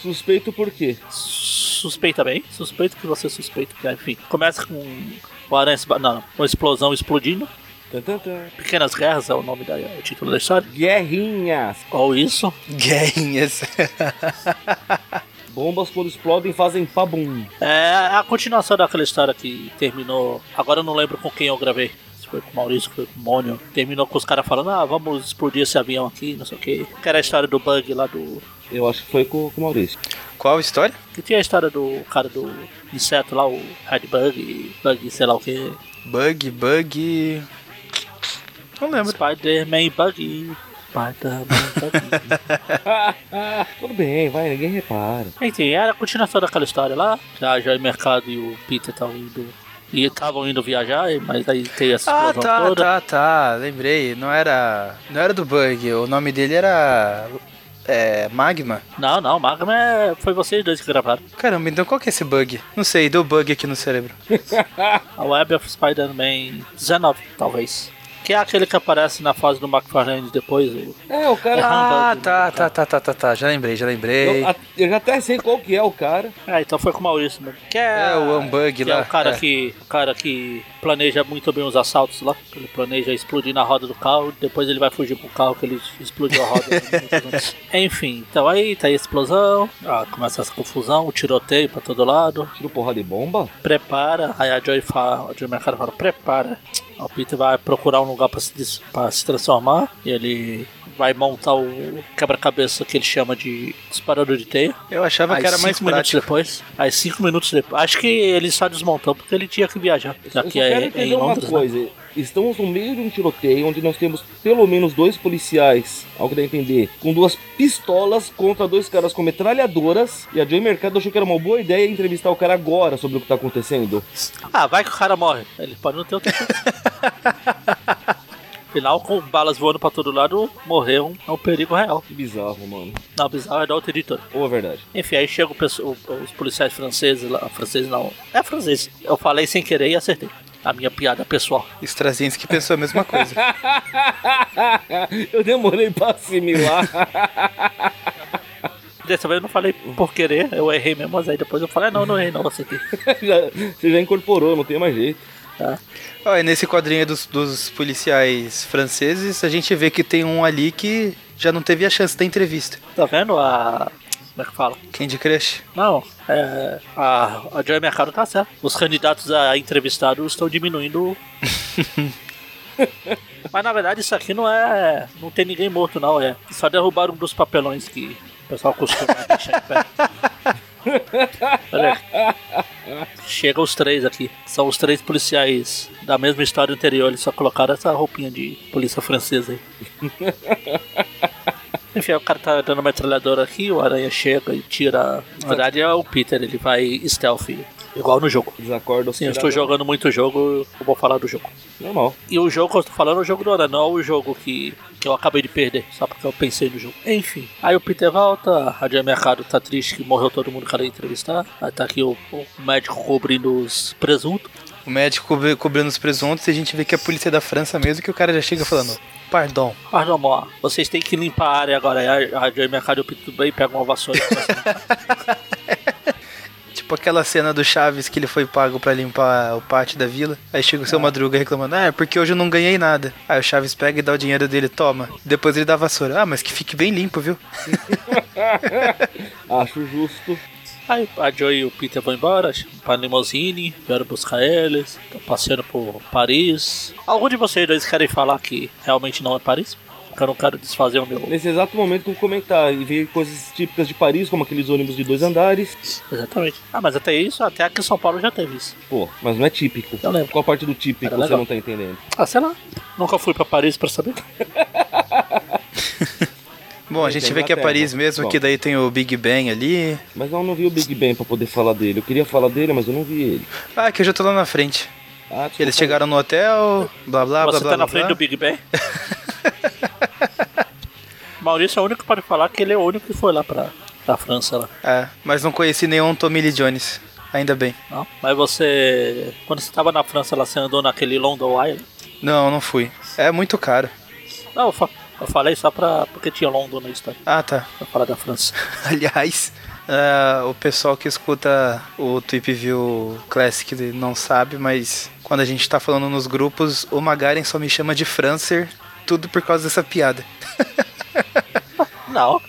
Speaker 2: Suspeito por quê?
Speaker 1: Suspeita bem? Suspeito que você suspeita. que- Enfim, começa com o aranha... se ba- Não, não. Uma explosão explodindo.
Speaker 2: Tum, tum, tum.
Speaker 1: Pequenas Guerras é o nome da é o título da história.
Speaker 2: Guerrinhas!
Speaker 1: Ou isso.
Speaker 3: Guerrinhas.
Speaker 2: Bombas quando explodem fazem pabum.
Speaker 1: É a continuação daquela história que terminou. Agora eu não lembro com quem eu gravei. Se foi com o Maurício, foi com o Mônio. Terminou com os caras falando: ah, vamos explodir esse avião aqui, não sei o que. Que era a história do bug lá do.
Speaker 2: Eu acho que foi com, com o Maurício.
Speaker 3: *laughs* Qual história?
Speaker 1: Que tinha a história do cara do inseto lá, o Red Bug, Bug, sei lá o que.
Speaker 3: Bug, bug. Não lembro.
Speaker 1: Spider-Man Bug.
Speaker 3: *laughs*
Speaker 1: Spider-Man Bug.
Speaker 2: Tudo bem, vai, ninguém repara. *laughs*
Speaker 1: Enfim, era a continuação daquela história lá. Já já o mercado e o Peter estavam indo. E estavam indo viajar, mas aí tem essa
Speaker 3: Ah,
Speaker 1: explosão
Speaker 3: tá,
Speaker 1: toda.
Speaker 3: tá, tá. Lembrei. Não era. Não era do bug. O nome dele era. É. Magma.
Speaker 1: Não, não, Magma é- foi vocês dois que gravaram.
Speaker 3: Caramba, então qual que é esse bug? Não sei, deu bug aqui no cérebro.
Speaker 1: A Web of Spider-Man 19, talvez. Que é aquele que aparece na fase do McFarlane depois. o-
Speaker 2: É, o cara.
Speaker 3: Ah,
Speaker 1: bug,
Speaker 3: tá, tá, tá, tá, tá, tá. Já lembrei, já lembrei.
Speaker 2: Eu, a- eu já até sei qual que é o cara.
Speaker 1: Ah, então foi com o Maurício mesmo. Que é,
Speaker 3: É, o Humbug
Speaker 1: que
Speaker 3: lá,
Speaker 1: É o cara,
Speaker 3: é.
Speaker 1: Que, o cara que planeja muito bem os assaltos lá. Ele planeja explodir na roda do carro, depois ele vai fugir pro carro que ele explodiu a roda. Enfim, então aí tá aí a explosão, ah, começa essa confusão, o tiroteio pra todo lado.
Speaker 2: Tira porrada de bomba?
Speaker 1: prepara. Aí a Joy fala, a Joy Mercado fala, prepara. O Peter vai procurar um lugar pra se, des- pra se transformar. E ele vai montar o quebra-cabeça que ele chama de disparador de teia.
Speaker 3: Eu achava
Speaker 1: Aí
Speaker 3: que era
Speaker 1: cinco
Speaker 3: mais
Speaker 1: minutos
Speaker 3: prático.
Speaker 1: depois. Aí cinco minutos depois. Acho que ele só desmontou porque ele tinha que viajar. Já
Speaker 2: eu
Speaker 1: que
Speaker 2: só quero
Speaker 1: é, é
Speaker 2: entender
Speaker 1: em
Speaker 2: uma
Speaker 1: Londres. né?
Speaker 2: coisa. Estamos no meio de um tiroteio onde nós temos pelo menos dois policiais, algo dá a entender, com duas pistolas contra dois caras com metralhadoras. E a Joy Mercado achou que era uma boa ideia entrevistar o cara agora sobre o que tá acontecendo.
Speaker 1: Ah, vai que o cara morre. Ele pode não ter outra chance. *laughs* Afinal, com balas voando pra todo lado, morrer é um- é um perigo real.
Speaker 2: Que bizarro, mano.
Speaker 1: Não, bizarro é da outra editora.
Speaker 2: Ou a verdade. *laughs*
Speaker 1: Enfim, aí chegam o pessoal- os policiais franceses lá. Franceses não. É francês. Eu falei sem querer e acertei. A minha piada pessoal.
Speaker 3: Strazinski pensou a mesma coisa.
Speaker 2: eu demorei pra assimilar. *laughs*
Speaker 1: Dessa vez eu não falei por querer, eu errei mesmo, mas aí depois eu falei, "Ah, não, não errei não, acertei.
Speaker 2: Já- você já incorporou, não tem mais jeito.
Speaker 3: *laughs* Ó, e nesse quadrinho dos, dos policiais franceses, a gente vê que tem um ali que já não teve a chance da entrevista.
Speaker 1: Tá vendo? A Como é que fala?
Speaker 3: Candy Crush.
Speaker 1: Não, é, a, a Joy Mercado tá certa. Os candidatos a entrevistados estão diminuindo. Mas na verdade isso aqui não é. Não tem ninguém morto, não. É só derrubaram um dos papelões que o pessoal costuma *laughs* deixar em pé. Olha aí. Chega os três aqui. São os três policiais da mesma história anterior. Eles só colocaram essa roupinha de polícia francesa aí. Enfim, o cara tá dando metralhadora aqui, o aranha chega e tira. Na verdade é o Peter, ele vai stealth, igual no jogo.
Speaker 2: Desacordo.
Speaker 1: Sim, eu estou jogando muito jogo, eu vou falar do jogo.
Speaker 2: Normal.
Speaker 1: E o jogo que eu estou falando é o jogo do Aranha, não é o jogo que, que eu acabei de perder, só porque eu pensei no jogo. Enfim, aí o Peter volta, a Jay Mercado tá triste que morreu todo mundo que ela ia entrevistar. Aí tá aqui o, o médico cobrindo os presuntos.
Speaker 3: O médico cobri- cobrando os presuntos e a gente vê que a polícia é da França mesmo, que o cara já chega falando, pardon.
Speaker 1: Ah, não, amor, vocês têm que limpar a área agora. Aí a, a Jay Mercado e o Peter tudo bem, pega uma vassoura. e começa a limpar.
Speaker 3: Tipo aquela cena do Chaves que ele foi pago pra limpar o pátio da vila. Aí chega o seu Madruga reclamando, ah, é porque hoje eu não ganhei nada. Aí o Chaves pega e dá o dinheiro dele, toma. Depois ele dá a vassoura. Ah, mas que fique bem limpo, viu?
Speaker 2: Acho justo.
Speaker 1: Aí a Joy e o Peter vão embora pra Limousine, vieram buscar eles, estão passeando por Paris. Algum de vocês dois querem falar que realmente não é Paris? Porque eu não quero desfazer o meu.
Speaker 2: Nesse exato momento que eu comentar e ver coisas típicas de Paris, como aqueles ônibus de dois andares.
Speaker 1: Exatamente. Ah, mas até isso, até aqui em São Paulo já teve isso.
Speaker 2: Pô, mas não é típico.
Speaker 1: Eu lembro.
Speaker 2: Qual a parte do típico
Speaker 1: Era
Speaker 2: você
Speaker 1: legal.
Speaker 2: não tá entendendo?
Speaker 1: Ah, sei lá. Nunca fui pra Paris pra saber.
Speaker 3: Bom, a gente vê que é Paris mesmo,
Speaker 2: Bom.
Speaker 3: que daí tem o Big Bang ali.
Speaker 2: Mas eu não vi o Big Ben pra poder falar dele. Eu queria falar dele, mas eu não vi ele.
Speaker 3: Ah, que eu já tô lá na frente.
Speaker 2: Ah, desculpa.
Speaker 3: Eles chegaram no hotel, blá blá blá
Speaker 1: Você
Speaker 3: blá.
Speaker 1: tá na
Speaker 3: blá,
Speaker 1: frente
Speaker 3: blá.
Speaker 1: do Big Bang? *laughs* Maurício é o único que pode falar que ele é o único que foi lá pra, pra França lá.
Speaker 3: É, mas não conheci nenhum Tommy Lee Jones. Ainda bem.
Speaker 1: Não? Mas você. Quando você tava na França lá, você andou naquele London Island?
Speaker 3: Não, não fui. É muito caro.
Speaker 1: Não, eu, fa- eu falei só pra. porque tinha London na história,
Speaker 3: Ah, tá. *laughs*
Speaker 1: pra falar da França.
Speaker 3: Aliás, ah, o pessoal que escuta o Tweep View Classic não sabe, mas quando a gente tá falando nos grupos, o Magaren só me chama de Francer, tudo por causa dessa piada.
Speaker 1: Não,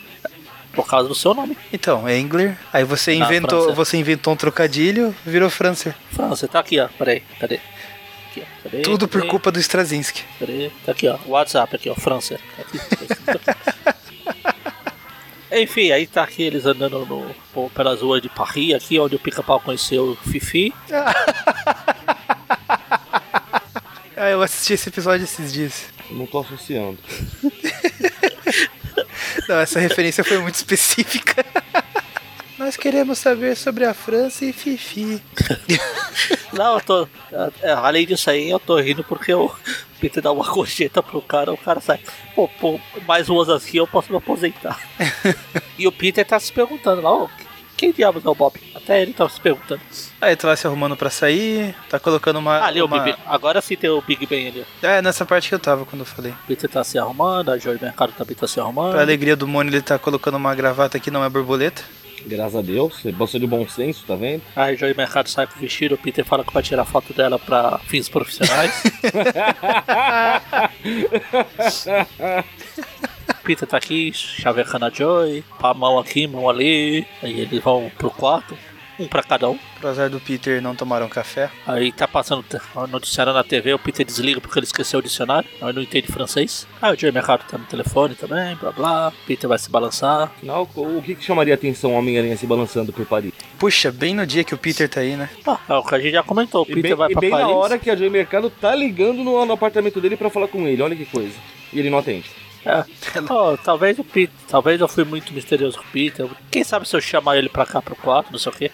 Speaker 1: por causa do seu nome.
Speaker 3: Então, Engler, aí você
Speaker 1: Na
Speaker 3: inventou,
Speaker 1: França.
Speaker 3: você inventou um trocadilho, virou Francer.
Speaker 1: França, tá aqui, ó. Peraí, cadê? Aqui, ó. Cadê?
Speaker 3: Tudo por
Speaker 1: Cadê?
Speaker 3: culpa do Strazinski.
Speaker 1: Cadê? Tá aqui, ó. WhatsApp aqui, ó. França. Tá aqui. Tá aqui. *laughs* Enfim, aí tá aqui eles andando no, por- pelas ruas de Paris, aqui onde o pica-pau conheceu o Fifi.
Speaker 3: Ah, eu assisti esse episódio esses dias.
Speaker 2: Não tô associando.
Speaker 3: Não, essa referência foi muito *laughs* específica. Nós queremos saber sobre a França e Fifi.
Speaker 1: Não, eu tô. é, além disso aí, eu *laughs* tô rindo porque o Peter dá uma gorjeta pro cara, o cara sai. Pô, pô, mais umas assim eu posso me
Speaker 3: *laughs*
Speaker 1: aposentar. e o Peter tá se perguntando lá, ô, quem diabos é o Bob? Até ele tá se perguntando.
Speaker 3: Aí tu vai se arrumando pra sair, tá colocando uma.
Speaker 1: Ah, ali é
Speaker 3: uma...
Speaker 1: o Big Agora sim tem o Big Ben ali. ó.
Speaker 3: É, nessa parte que eu tava quando eu falei.
Speaker 1: O Peter tá se arrumando, a Joy Mercado também tá se arrumando.
Speaker 3: Pra alegria do Mônio, ele tá colocando uma gravata que não é borboleta.
Speaker 2: Graças a Deus. Você Você de bom senso, tá vendo?
Speaker 1: Aí a Joy Mercado sai com o vestido, o Peter fala que vai tirar foto dela pra fins
Speaker 2: *laughs*
Speaker 1: profissionais. Peter tá aqui, chavecando a Joy, a mão aqui, mão ali. Aí eles vão pro quarto, um pra cada um.
Speaker 3: Pro azar do Peter, não tomaram café.
Speaker 1: Aí tá passando t- o noticiário na TV, o Peter desliga porque ele esqueceu o dicionário, aí não entende francês. Aí o Joy Mercado tá no telefone também, blá blá. Peter vai se balançar.
Speaker 2: Afinal, o que, que chamaria a atenção o Homem-Aranha se balançando por Paris?
Speaker 3: Puxa, bem no dia que o Peter tá aí, né?
Speaker 1: Ah, é o que a gente já comentou, o
Speaker 2: E
Speaker 1: Peter
Speaker 2: bem,
Speaker 1: vai
Speaker 2: e
Speaker 1: pra
Speaker 2: bem
Speaker 1: Paris.
Speaker 2: na hora que a Joy Mercado tá ligando no, no apartamento dele pra falar com ele. Olha que coisa. E ele não atende.
Speaker 1: *laughs* É. Ó, talvez o Peter, talvez eu fui muito misterioso com o Peter. Quem sabe se eu chamar ele pra cá pro quarto, não sei o quê.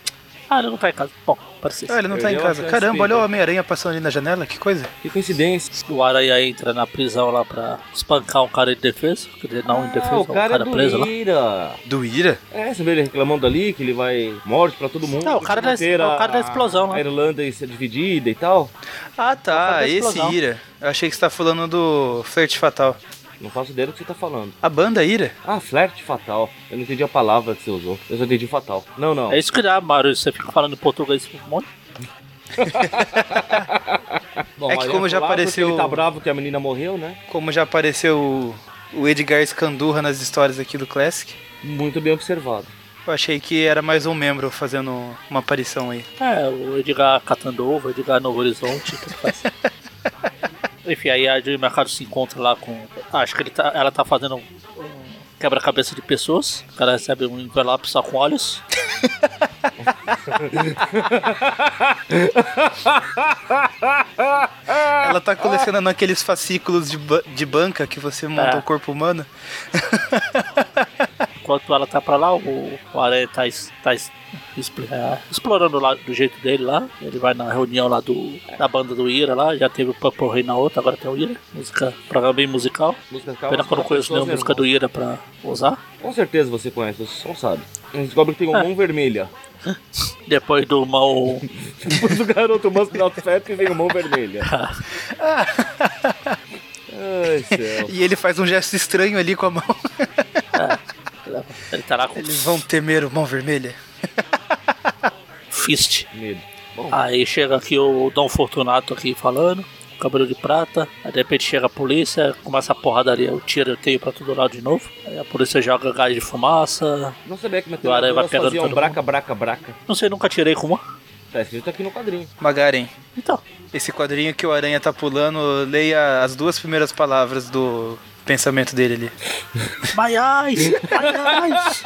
Speaker 1: Ah, ele não tá em casa. Bom, parece
Speaker 3: Ah, ele não tá em
Speaker 2: Perdeu a
Speaker 3: casa.
Speaker 2: chance,
Speaker 3: Caramba, olha
Speaker 2: Peter.
Speaker 3: o Homem-Aranha passando ali na janela, que coisa.
Speaker 2: Que coincidência.
Speaker 1: O Aranha entra na prisão lá pra espancar um cara indefeso. Quer dizer, não
Speaker 2: ah,
Speaker 1: indefeso,
Speaker 2: o cara,
Speaker 1: um cara
Speaker 2: é
Speaker 1: preso lá.
Speaker 2: doeira.
Speaker 3: Do Ira?
Speaker 2: É, você vê ele reclamando ali que ele vai morte pra todo mundo.
Speaker 1: Não, o cara
Speaker 2: Vai
Speaker 1: da-
Speaker 2: ter
Speaker 1: o cara da explosão,
Speaker 2: A
Speaker 1: né?
Speaker 2: Irlanda e ser dividida e tal.
Speaker 3: Ah,
Speaker 1: Por
Speaker 3: tá,
Speaker 1: causa da
Speaker 3: esse
Speaker 1: explosão.
Speaker 3: Ira. Eu achei que você tá falando do Flerte Fatal.
Speaker 2: Não faço ideia do que você tá falando.
Speaker 3: A banda Ira?
Speaker 2: Ah, flerte fatal. Eu não entendi a palavra que você usou. Eu só entendi fatal. Não, não.
Speaker 1: É isso que dá, Mário. Você fica falando em português com um monte.
Speaker 2: Bom,
Speaker 3: É que
Speaker 2: Mariana
Speaker 3: como
Speaker 2: falava que
Speaker 3: já apareceu-
Speaker 2: Ele tá bravo que a menina morreu, né?
Speaker 3: Como já apareceu o, o Edgar Scandurra nas histórias aqui do Classic.
Speaker 2: Muito bem observado.
Speaker 3: Eu achei que era mais um membro fazendo uma aparição aí.
Speaker 1: É, o Edgar catando ovo, o Edgar Novo Horizonte. tanto
Speaker 2: *laughs*
Speaker 1: faz. Enfim, aí a Julie Mercado se encontra lá com. Acho que ele tá, ela tá fazendo um quebra-cabeça de pessoas. O cara recebe um envelope só com olhos.
Speaker 3: Ela tá colecionando aqueles fascículos de, ba- de banca que você monta
Speaker 1: É.
Speaker 3: o corpo humano.
Speaker 1: Enquanto ela tá pra lá, o, o Aranha tá, es- tá es- expl- é, explorando lá do jeito dele lá. Ele vai na reunião lá do, da banda do Ira lá, já teve o Purple Rain na outra, agora tem o Ira. Música, programa bem musical.
Speaker 2: Música
Speaker 1: Pena que eu não conheço nenhuma música do Ira pra usar.
Speaker 2: Com certeza você conhece, você só não sabe. A gente descobre que tem uma
Speaker 1: Ah.
Speaker 2: mão vermelha. *laughs*
Speaker 1: Depois do mal.
Speaker 2: Depois o garoto mostra o Fett e vem uma mão
Speaker 1: *laughs*
Speaker 2: vermelha.
Speaker 1: Ah.
Speaker 2: Ai, céu.
Speaker 3: E ele faz um gesto estranho ali com a mão. *laughs*
Speaker 1: Ele tá lá com
Speaker 3: Eles vão temer o mão vermelha.
Speaker 1: fist.
Speaker 2: Medo. Bom,
Speaker 1: Aí chega aqui o Dom Fortunato aqui falando, cabelo de prata. Aí de repente chega a polícia, começa a porradaria, o tiroteio pra todo lado de novo. Aí a polícia joga gás de fumaça.
Speaker 2: não sabia que na
Speaker 1: O Aranha vai
Speaker 2: televisão
Speaker 1: pegando
Speaker 2: faziam
Speaker 1: todo
Speaker 2: um braca, braca, braca.
Speaker 1: Não sei, nunca tirei com uma.
Speaker 2: Tá escrito aqui no quadrinho.
Speaker 3: Magaren,
Speaker 1: Então,
Speaker 3: esse quadrinho que o Aranha tá pulando, leia as duas primeiras palavras do pensamento dele ali.
Speaker 1: my eyes, my eyes.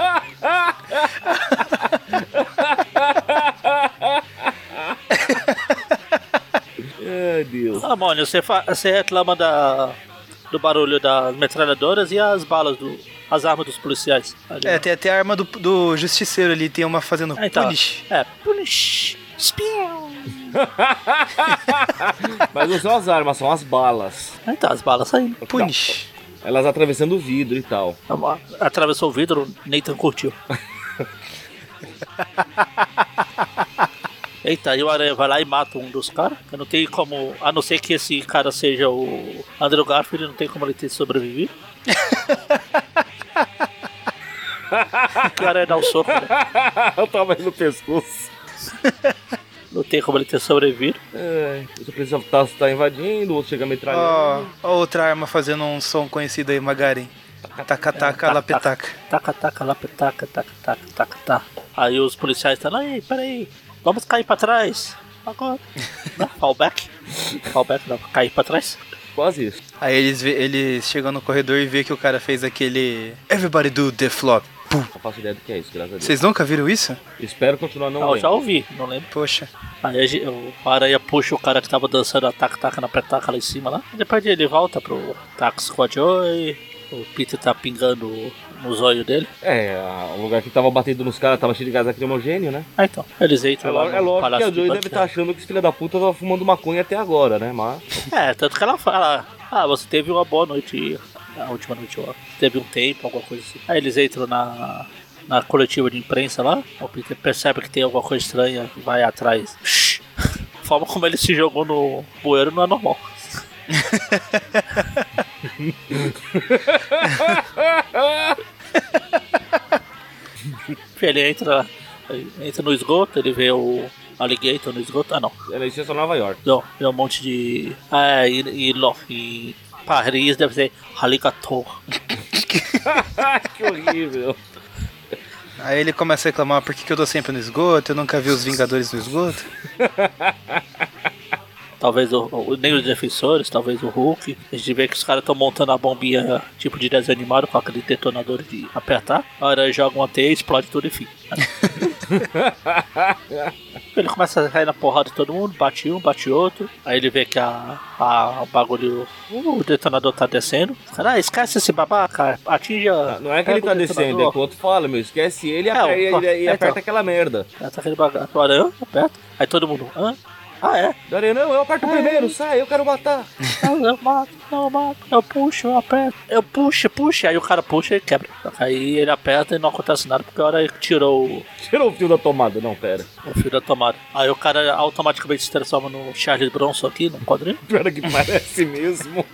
Speaker 2: Ai, Deus.
Speaker 1: Ah, Mônio, você, fa- você reclama da, do barulho das metralhadoras e as balas, do, as armas dos policiais. Ali,
Speaker 3: É,
Speaker 1: né?
Speaker 3: tem até a arma do, do justiceiro ali, tem uma fazendo
Speaker 1: Ah, então,
Speaker 3: punish.
Speaker 1: É, punish. Spion.
Speaker 2: Mas não são as armas, são as balas.
Speaker 1: Ah, Então, as balas saindo.
Speaker 3: Punish.
Speaker 2: Elas atravessando o vidro e tal.
Speaker 1: Atravessou o vidro, Nathan curtiu. Eita, e o Aranha vai lá e mata um dos caras. Eu Não tem como. A não ser que esse cara seja o Andrew Garfield, não tem como ele ter sobrevivido. o cara ia dar um soco, né?
Speaker 2: *laughs* Eu tava indo no pescoço.
Speaker 1: Não tem como ele ter sobrevivido.
Speaker 2: Ai, o policial tá, tá invadindo, o outro chega metralhando.
Speaker 3: Ó, ó outra arma fazendo um som conhecido aí, Magaren. Taca-taca, lapetaca.
Speaker 1: Taca, taca, lá, petaca, taca, taca, taca, taca. Aí os policiais estão, aí, peraí, vamos cair pra trás. Agora. Não, fall back. Fall back, não, cair pra trás.
Speaker 2: Quase isso.
Speaker 3: Aí eles, vê- eles chegam no corredor e vê que o cara fez aquele Everybody do the flop. Pum.
Speaker 2: Não faço ideia do que é isso, graças a Deus.
Speaker 3: Vocês nunca viram isso?
Speaker 2: Espero continuar não
Speaker 1: Não, eu já
Speaker 2: lendo.
Speaker 1: ouvi, não lembro.
Speaker 3: Poxa.
Speaker 1: Aí a ge- o Aranha puxa o cara que tava dançando a tac-tac na pretaca lá em cima lá. E depois ele volta pro Taco Squad Joy. O Peter tá pingando no zóio dele.
Speaker 2: É, a- o lugar que tava batendo nos caras tava cheio de gás lacrimogênio, né?
Speaker 1: Ah, então. Eles entram
Speaker 2: É,
Speaker 1: lá
Speaker 2: lo-
Speaker 1: no
Speaker 2: é lógico que
Speaker 1: palácio de
Speaker 2: a
Speaker 1: né?
Speaker 2: Joy deve
Speaker 1: Buckingham.
Speaker 2: estar achando que esse filho da puta tava fumando maconha até agora, né? Mas.
Speaker 1: É, tanto que ela fala, ah, você teve uma boa noite, a última noite, ó. Teve um tempo, alguma coisa assim. Aí eles entram na, na coletiva de imprensa lá, o Peter percebe que tem alguma coisa estranha, vai atrás. Shhh. A forma como ele se jogou no bueiro não é normal. ele entra, ele entra no esgoto, ele vê o alligator no esgoto. Ah, não.
Speaker 2: Era isso é só Nova York.
Speaker 1: Não, é um monte de. Ah, e, e, lo- e Paris deve ser Haligator.
Speaker 2: *laughs* que horrível.
Speaker 3: Aí ele começa a reclamar, por que, que eu tô sempre no esgoto? Eu nunca vi os Vingadores no esgoto.
Speaker 1: Talvez o, o, nem os defensores, talvez o Hulk. A gente vê que os caras estão montando a bombinha tipo de desenho animado com aquele detonador de apertar. A aranha joga uma teia, explode tudo
Speaker 2: *laughs*
Speaker 1: e fim. ele começa a cair na porrada de todo mundo, bate um, bate outro. Aí ele vê que a, a- o bagulho, o detonador tá descendo. Cara, ah, esquece esse babaca, atinge a.
Speaker 2: Não é que ele
Speaker 1: pega
Speaker 2: tá
Speaker 1: o
Speaker 2: descendo, é
Speaker 1: detonador.
Speaker 2: que o outro fala, meu, esquece ele e
Speaker 1: É,
Speaker 2: aper-
Speaker 1: o-
Speaker 2: e- e- e
Speaker 1: é,
Speaker 2: aperta
Speaker 1: então.
Speaker 2: aquela merda.
Speaker 1: Aperta aquele bagaço, o aranha, aperta. né? Aí todo mundo, hã? Ah, é?
Speaker 2: Daria, não, eu aperto primeiro, sai, eu quero matar.
Speaker 1: Ah, eu mato, não, eu mato, eu puxo, eu aperto, eu puxo, puxo. Aí o cara puxa e quebra. Aí ele aperta e não acontece nada, porque a hora ele tirou o,
Speaker 2: Tirou o fio da tomada, não, pera.
Speaker 1: o fio da tomada. Aí o cara automaticamente se transforma no Charles Bronson aqui, no quadrinho.
Speaker 2: Pior que parece mesmo.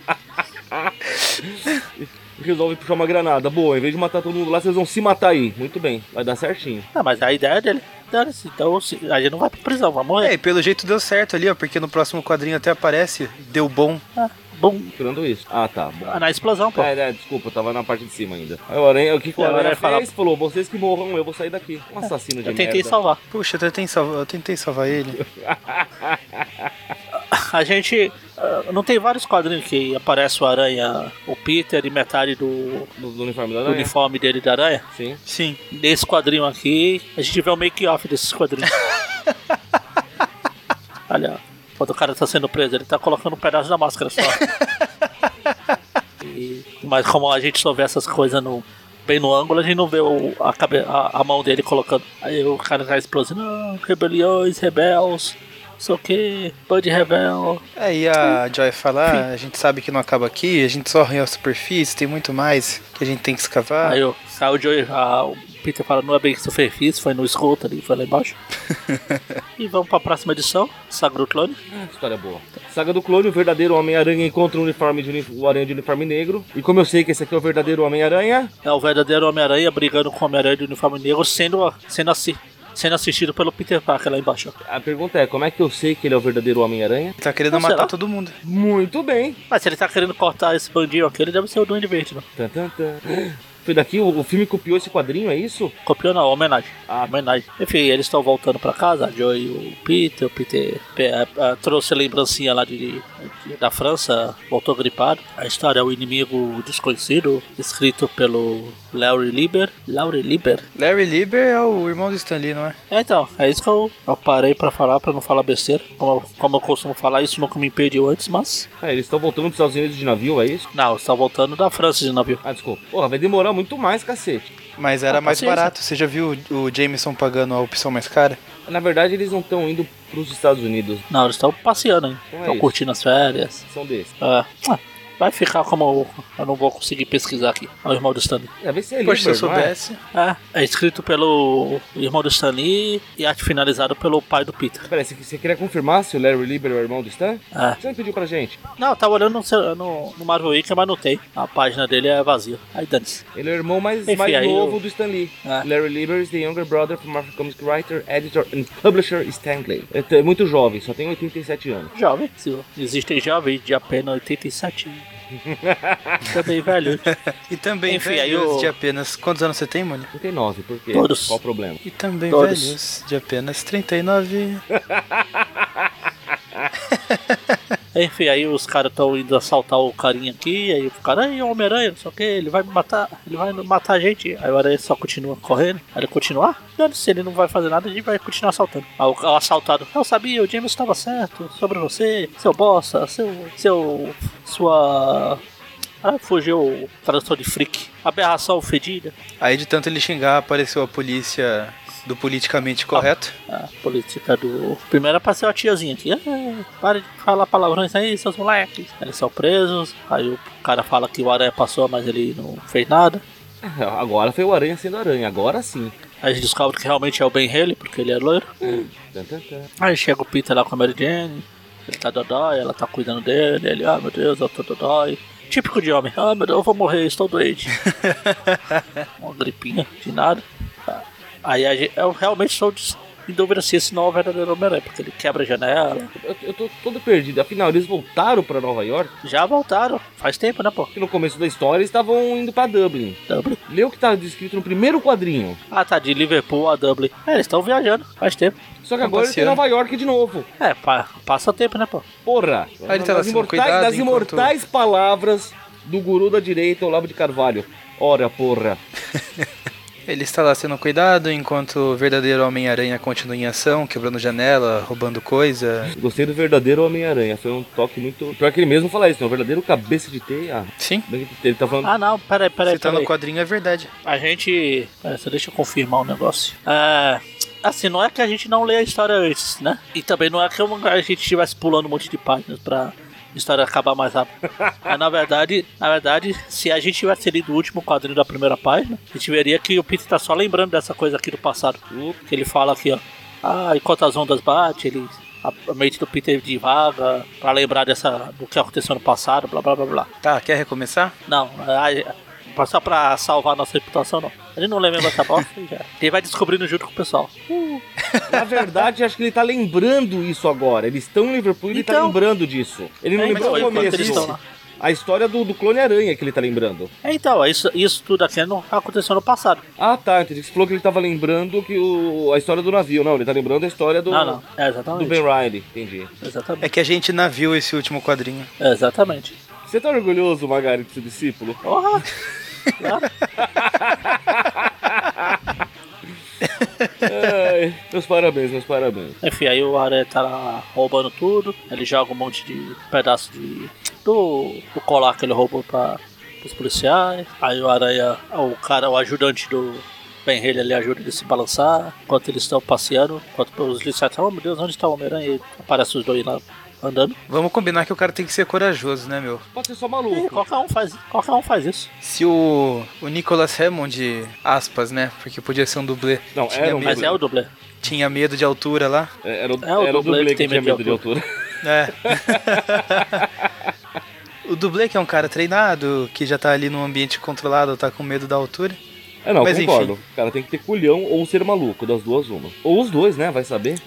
Speaker 2: Resolve puxar uma granada. Boa, em vez de matar todo mundo lá, vocês vão se matar aí. Muito bem, vai dar certinho.
Speaker 1: Ah, mas a ideia dele, dane-se, então se- a gente não vai pra prisão, vamos
Speaker 3: É,
Speaker 1: morrer.
Speaker 3: e pelo jeito deu certo ali, ó, porque no próximo quadrinho até aparece, deu bom.
Speaker 1: Ah, Bum.
Speaker 2: Tirando isso. Ah, tá. Bom.
Speaker 1: Na explosão, pô.
Speaker 2: Ah, é, desculpa, eu tava na parte de cima ainda. Aí o Aranha, o que, que o
Speaker 1: É, o
Speaker 2: Aranha
Speaker 1: Aranha
Speaker 2: fez?
Speaker 1: fala-
Speaker 2: Falou, vocês que morram, eu vou sair daqui. Um assassino de
Speaker 1: É, Eu tentei
Speaker 2: merda.
Speaker 1: salvar.
Speaker 3: Puxa, eu tentei salvar, eu tentei salvar ele.
Speaker 1: A gente. ah, não tem vários quadrinhos que aparece o Aranha, o Peter e metade do,
Speaker 2: Do, do uniforme da
Speaker 1: do
Speaker 2: Aranha?
Speaker 1: uniforme dele da Aranha?
Speaker 2: Sim.
Speaker 3: Sim.
Speaker 1: Nesse quadrinho aqui, a gente vê o make-off desses quadrinhos. Olha, quando o cara tá sendo preso, ele tá colocando um pedaço da máscara só. E- mas como a gente só vê essas coisas no, bem no ângulo, a gente não vê o- a, cabe- a- a mão dele colocando. Aí o cara tá explodindo, não, rebeliões, rebels, não sei o que, Bud Rebel.
Speaker 3: Aí a Joy fala, "Ah, a gente sabe que não acaba aqui, a gente só arranhou a superfície, tem muito mais que a gente tem que escavar.
Speaker 1: Aí o, aí o Joey, a- o Peter fala, não é bem que superfície, foi no esgoto ali, foi lá embaixo. e vamos pra próxima edição, Sagro Clone.
Speaker 2: Ah, que história boa. Saga do Clone, o verdadeiro Homem-Aranha encontra o uniforme de uni- o Aranha de uniforme negro. E como eu sei que esse aqui é o verdadeiro Homem-Aranha,
Speaker 1: É o verdadeiro Homem-Aranha brigando com o Homem-Aranha de uniforme negro, sendo, sendo, assi- sendo assistido pelo Peter Parker lá embaixo.
Speaker 2: a pergunta é, como é que eu sei que ele é o verdadeiro Homem-Aranha?
Speaker 3: Ele tá querendo
Speaker 1: Não,
Speaker 3: matar
Speaker 1: será?
Speaker 3: todo mundo.
Speaker 2: Muito bem.
Speaker 1: Mas se ele tá querendo cortar esse bandinho aqui, ele deve ser o Duende Verde, não?
Speaker 2: Tan, tan, tan. Foi daqui, o, o filme copiou esse quadrinho, é isso?
Speaker 1: Copiou não, homenagem.
Speaker 2: Ah.
Speaker 1: homenagem. Enfim, eles estão voltando pra casa, a Joy e o Peter, o Peter pe- ah, trouxe a lembrancinha lá de, de- da França, voltou gripado. A história é o inimigo desconhecido, escrito pelo Larry Lieber. Larry Lieber?
Speaker 3: Larry Lieber é o irmão do Stan Lee, não é?
Speaker 1: É, então, é isso que eu, eu parei pra falar, pra não falar besteira. Como, eu- como eu costumo falar, isso nunca me impediu antes, mas...
Speaker 2: Ah, eles estão voltando pros Estados Unidos de navio, é isso?
Speaker 1: Não, está voltando da França de navio.
Speaker 2: Ah, desculpa. Porra, vai demorar muito mais, cacete.
Speaker 3: Mas era
Speaker 1: Ah,
Speaker 3: mais
Speaker 1: paciência.
Speaker 3: barato. Você já viu o o Jameson pagando a opção mais cara?
Speaker 2: Na verdade, eles não estão indo pros Estados Unidos.
Speaker 1: Não, eles estão passeando, hein?
Speaker 2: Então é
Speaker 1: Estão
Speaker 2: isso.
Speaker 1: curtindo as férias.
Speaker 2: São desses.
Speaker 1: É. Ah, vai ficar como eu, eu não vou conseguir pesquisar aqui. É o irmão do Stanley.
Speaker 2: É, vê se é
Speaker 3: Poxa, se eu
Speaker 2: Lieber, não é?
Speaker 3: soubesse.
Speaker 1: É, é escrito pelo irmão do Stanley e arte finalizado pelo pai do Peter.
Speaker 2: é. Peraí, você, você queria confirmar se o Larry Lieber é o irmão do Stan?
Speaker 1: É.
Speaker 2: Você não pediu pra gente.
Speaker 1: Não, eu tava olhando no, cel- no, no Marvel Wiki, mas não tem. A página dele é vazia. Aí dane-se.
Speaker 2: Ele é o irmão mais,
Speaker 1: Enfim,
Speaker 2: mais
Speaker 1: aí
Speaker 2: novo
Speaker 1: eu-
Speaker 2: do Stan Lee.
Speaker 1: Ah.
Speaker 2: Larry Lieber is the younger brother from Marvel Comics writer, editor and publisher Stan Lee. É t- É muito jovem, só tem 87 anos.
Speaker 1: Jovem, se existem jovens de apenas
Speaker 2: *laughs*
Speaker 1: 87. Também velho.
Speaker 3: E também
Speaker 1: Enfim, aí
Speaker 3: velhos
Speaker 1: o-
Speaker 3: de apenas... Quantos anos você tem, Mônica?
Speaker 2: 39, por quê?
Speaker 1: Todos.
Speaker 2: Qual o problema? *laughs*
Speaker 3: E também
Speaker 1: Todos.
Speaker 3: velhos de apenas 39...
Speaker 1: Enfim, aí os caras estão indo assaltar o carinha aqui, aí o cara, aí o Homem-Aranha, não sei o que, ele vai me matar, ele vai matar a gente. Aí o Aranha só continua correndo, aí ele continua, ah, dane se ele não vai fazer nada, a gente vai continuar assaltando. Aí o, o assaltado, eu sabia, o James estava certo sobre você, seu bosta, seu. seu. sua. Ah, fugiu o tradutor de freak. Aberração fedida.
Speaker 3: Aí de tanto ele xingar, apareceu a polícia do politicamente correto.
Speaker 1: A política do. Primeiro apareceu a tiazinha aqui. "Ah, para de falar palavrões aí, seus moleques. Eles são presos. Aí o cara fala que o aranha passou, mas ele não fez nada.
Speaker 2: Agora foi o Aranha sendo Aranha, agora sim.
Speaker 1: Aí a gente descobre que realmente é o Ben Haley, porque ele é loiro.
Speaker 2: Tan, tan, tan.
Speaker 1: Aí chega o Peter lá com a Mary Jane. Ele tá dodói, ela tá cuidando dele. Ele, ah meu Deus, eu tô dodói. Típico de homem. Ah meu Deus, eu vou morrer, estou doente. Uma gripinha, de nada. Tá. Aí a gente, eu realmente sou des- em dúvida se esse não é o verdadeiro Homem-Aranha, porque ele quebra a janela.
Speaker 2: Eu, eu tô todo perdido. Afinal, eles voltaram pra Nova York,
Speaker 1: Já voltaram, faz tempo, né, pô?
Speaker 2: que no começo da história eles estavam indo pra Dublin.
Speaker 1: Dublin.
Speaker 2: Lê o que tá descrito no primeiro quadrinho.
Speaker 1: Ah, tá, de Liverpool a Dublin. É, eles estão viajando, faz tempo.
Speaker 2: Só que
Speaker 3: Tá
Speaker 2: agora eles estão em
Speaker 3: passeando.
Speaker 2: Nova York de novo.
Speaker 1: É, pa- passa tempo, né, pô?
Speaker 2: Porra!
Speaker 3: Aí ele tá
Speaker 2: das
Speaker 3: lá, assim,
Speaker 2: imortais,
Speaker 3: cuidado
Speaker 2: das
Speaker 3: enquanto-
Speaker 2: imortais palavras do guru da direita, Olavo de Carvalho. Ora, porra.
Speaker 3: Ele está lá sendo cuidado enquanto o verdadeiro Homem-Aranha continua em ação, quebrando janela, roubando coisa.
Speaker 2: Gostei do verdadeiro Homem-Aranha. Foi um toque muito. Pior que ele mesmo fala isso, né? O verdadeiro cabeça de teia.
Speaker 3: Sim.
Speaker 2: Ele tá falando.
Speaker 1: Ah, não, peraí, peraí,
Speaker 3: Se tá
Speaker 1: peraí.
Speaker 3: no quadrinho é verdade.
Speaker 1: A gente. Pera, só deixa eu confirmar um negócio. É. Assim, não é que a gente não lê a história antes, né? E também não é que a gente estivesse pulando um monte de páginas pra história acabar mais rápido. Mas na verdade, na verdade, se a gente tivesse lido o último quadrinho da primeira página, a gente veria que o Peter tá só lembrando dessa coisa aqui do passado. Que ele fala aqui, ó. Ah, enquanto as ondas batem, ele. A a mente do Peter divaga pra lembrar dessa, do que aconteceu no passado, blá blá blá blá.
Speaker 3: Tá, quer recomeçar?
Speaker 1: Não, a- a- só pra salvar nossa reputação, não. Ele não lembra essa bosta e já. Ele vai descobrindo junto com o pessoal.
Speaker 2: Na verdade, acho que ele tá lembrando isso agora. Eles estão em Liverpool e ele tá
Speaker 1: Então.
Speaker 2: lembrando disso. Ele não
Speaker 1: É,
Speaker 2: lembrou
Speaker 1: mas
Speaker 2: o
Speaker 1: foi enquanto
Speaker 2: começo.
Speaker 1: eles estão lá.
Speaker 2: A história do, do Clone Aranha que ele tá lembrando.
Speaker 1: É, então, isso, isso tudo aqui não aconteceu no passado.
Speaker 2: Ah, tá. Entendi. Você falou que ele tava lembrando que o, a história do navio. Não, ele tá lembrando a história do,
Speaker 1: Não, não. É,
Speaker 2: do Ben
Speaker 1: exatamente.
Speaker 2: Riley. Entendi.
Speaker 3: É
Speaker 1: Exatamente.
Speaker 3: que a gente naviu esse último quadrinho.
Speaker 1: É, exatamente.
Speaker 2: Você tá orgulhoso, Magari, do seu
Speaker 1: *laughs*
Speaker 2: discípulo? *laughs*
Speaker 1: Porra! Claro.
Speaker 2: Ai, meus parabéns, meus parabéns.
Speaker 1: Enfim, aí o Aranha tá lá roubando tudo. Ele joga um monte de pedaço de. do, do colar que ele roubou pra, pros policiais. Aí o Aranha, o cara, o ajudante do Ben Haley ali ajuda ele a se balançar. Enquanto eles estão passeando, enquanto os policiais falam, oh meu Deus, onde está o Homem-Aranha? E aparece os dois lá andando.
Speaker 3: Vamos combinar que o cara tem que ser corajoso, né, meu?
Speaker 2: Pode ser só
Speaker 1: E *laughs*
Speaker 2: maluco.
Speaker 1: qualquer um faz, qualquer um faz isso.
Speaker 3: Se o, o Nicholas Hammond, aspas, né? Porque podia ser um dublê.
Speaker 2: Não,
Speaker 3: tinha
Speaker 2: era um
Speaker 1: Mas
Speaker 2: dublê.
Speaker 1: é o dublê.
Speaker 3: Tinha medo de altura lá.
Speaker 2: É, Era, o-
Speaker 1: É o
Speaker 2: era o
Speaker 1: dublê
Speaker 2: dublê
Speaker 1: que
Speaker 2: que
Speaker 1: tem
Speaker 2: tinha
Speaker 1: medo
Speaker 2: medo
Speaker 1: de
Speaker 2: de altura. *laughs*
Speaker 3: É. o dublê que é um cara treinado, que já tá ali num ambiente controlado, tá com medo da altura.
Speaker 2: É, não,
Speaker 3: Mas,
Speaker 2: concordo. O cara tem que ter culhão ou ser maluco, das duas uma. Ou os dois, né? Vai saber.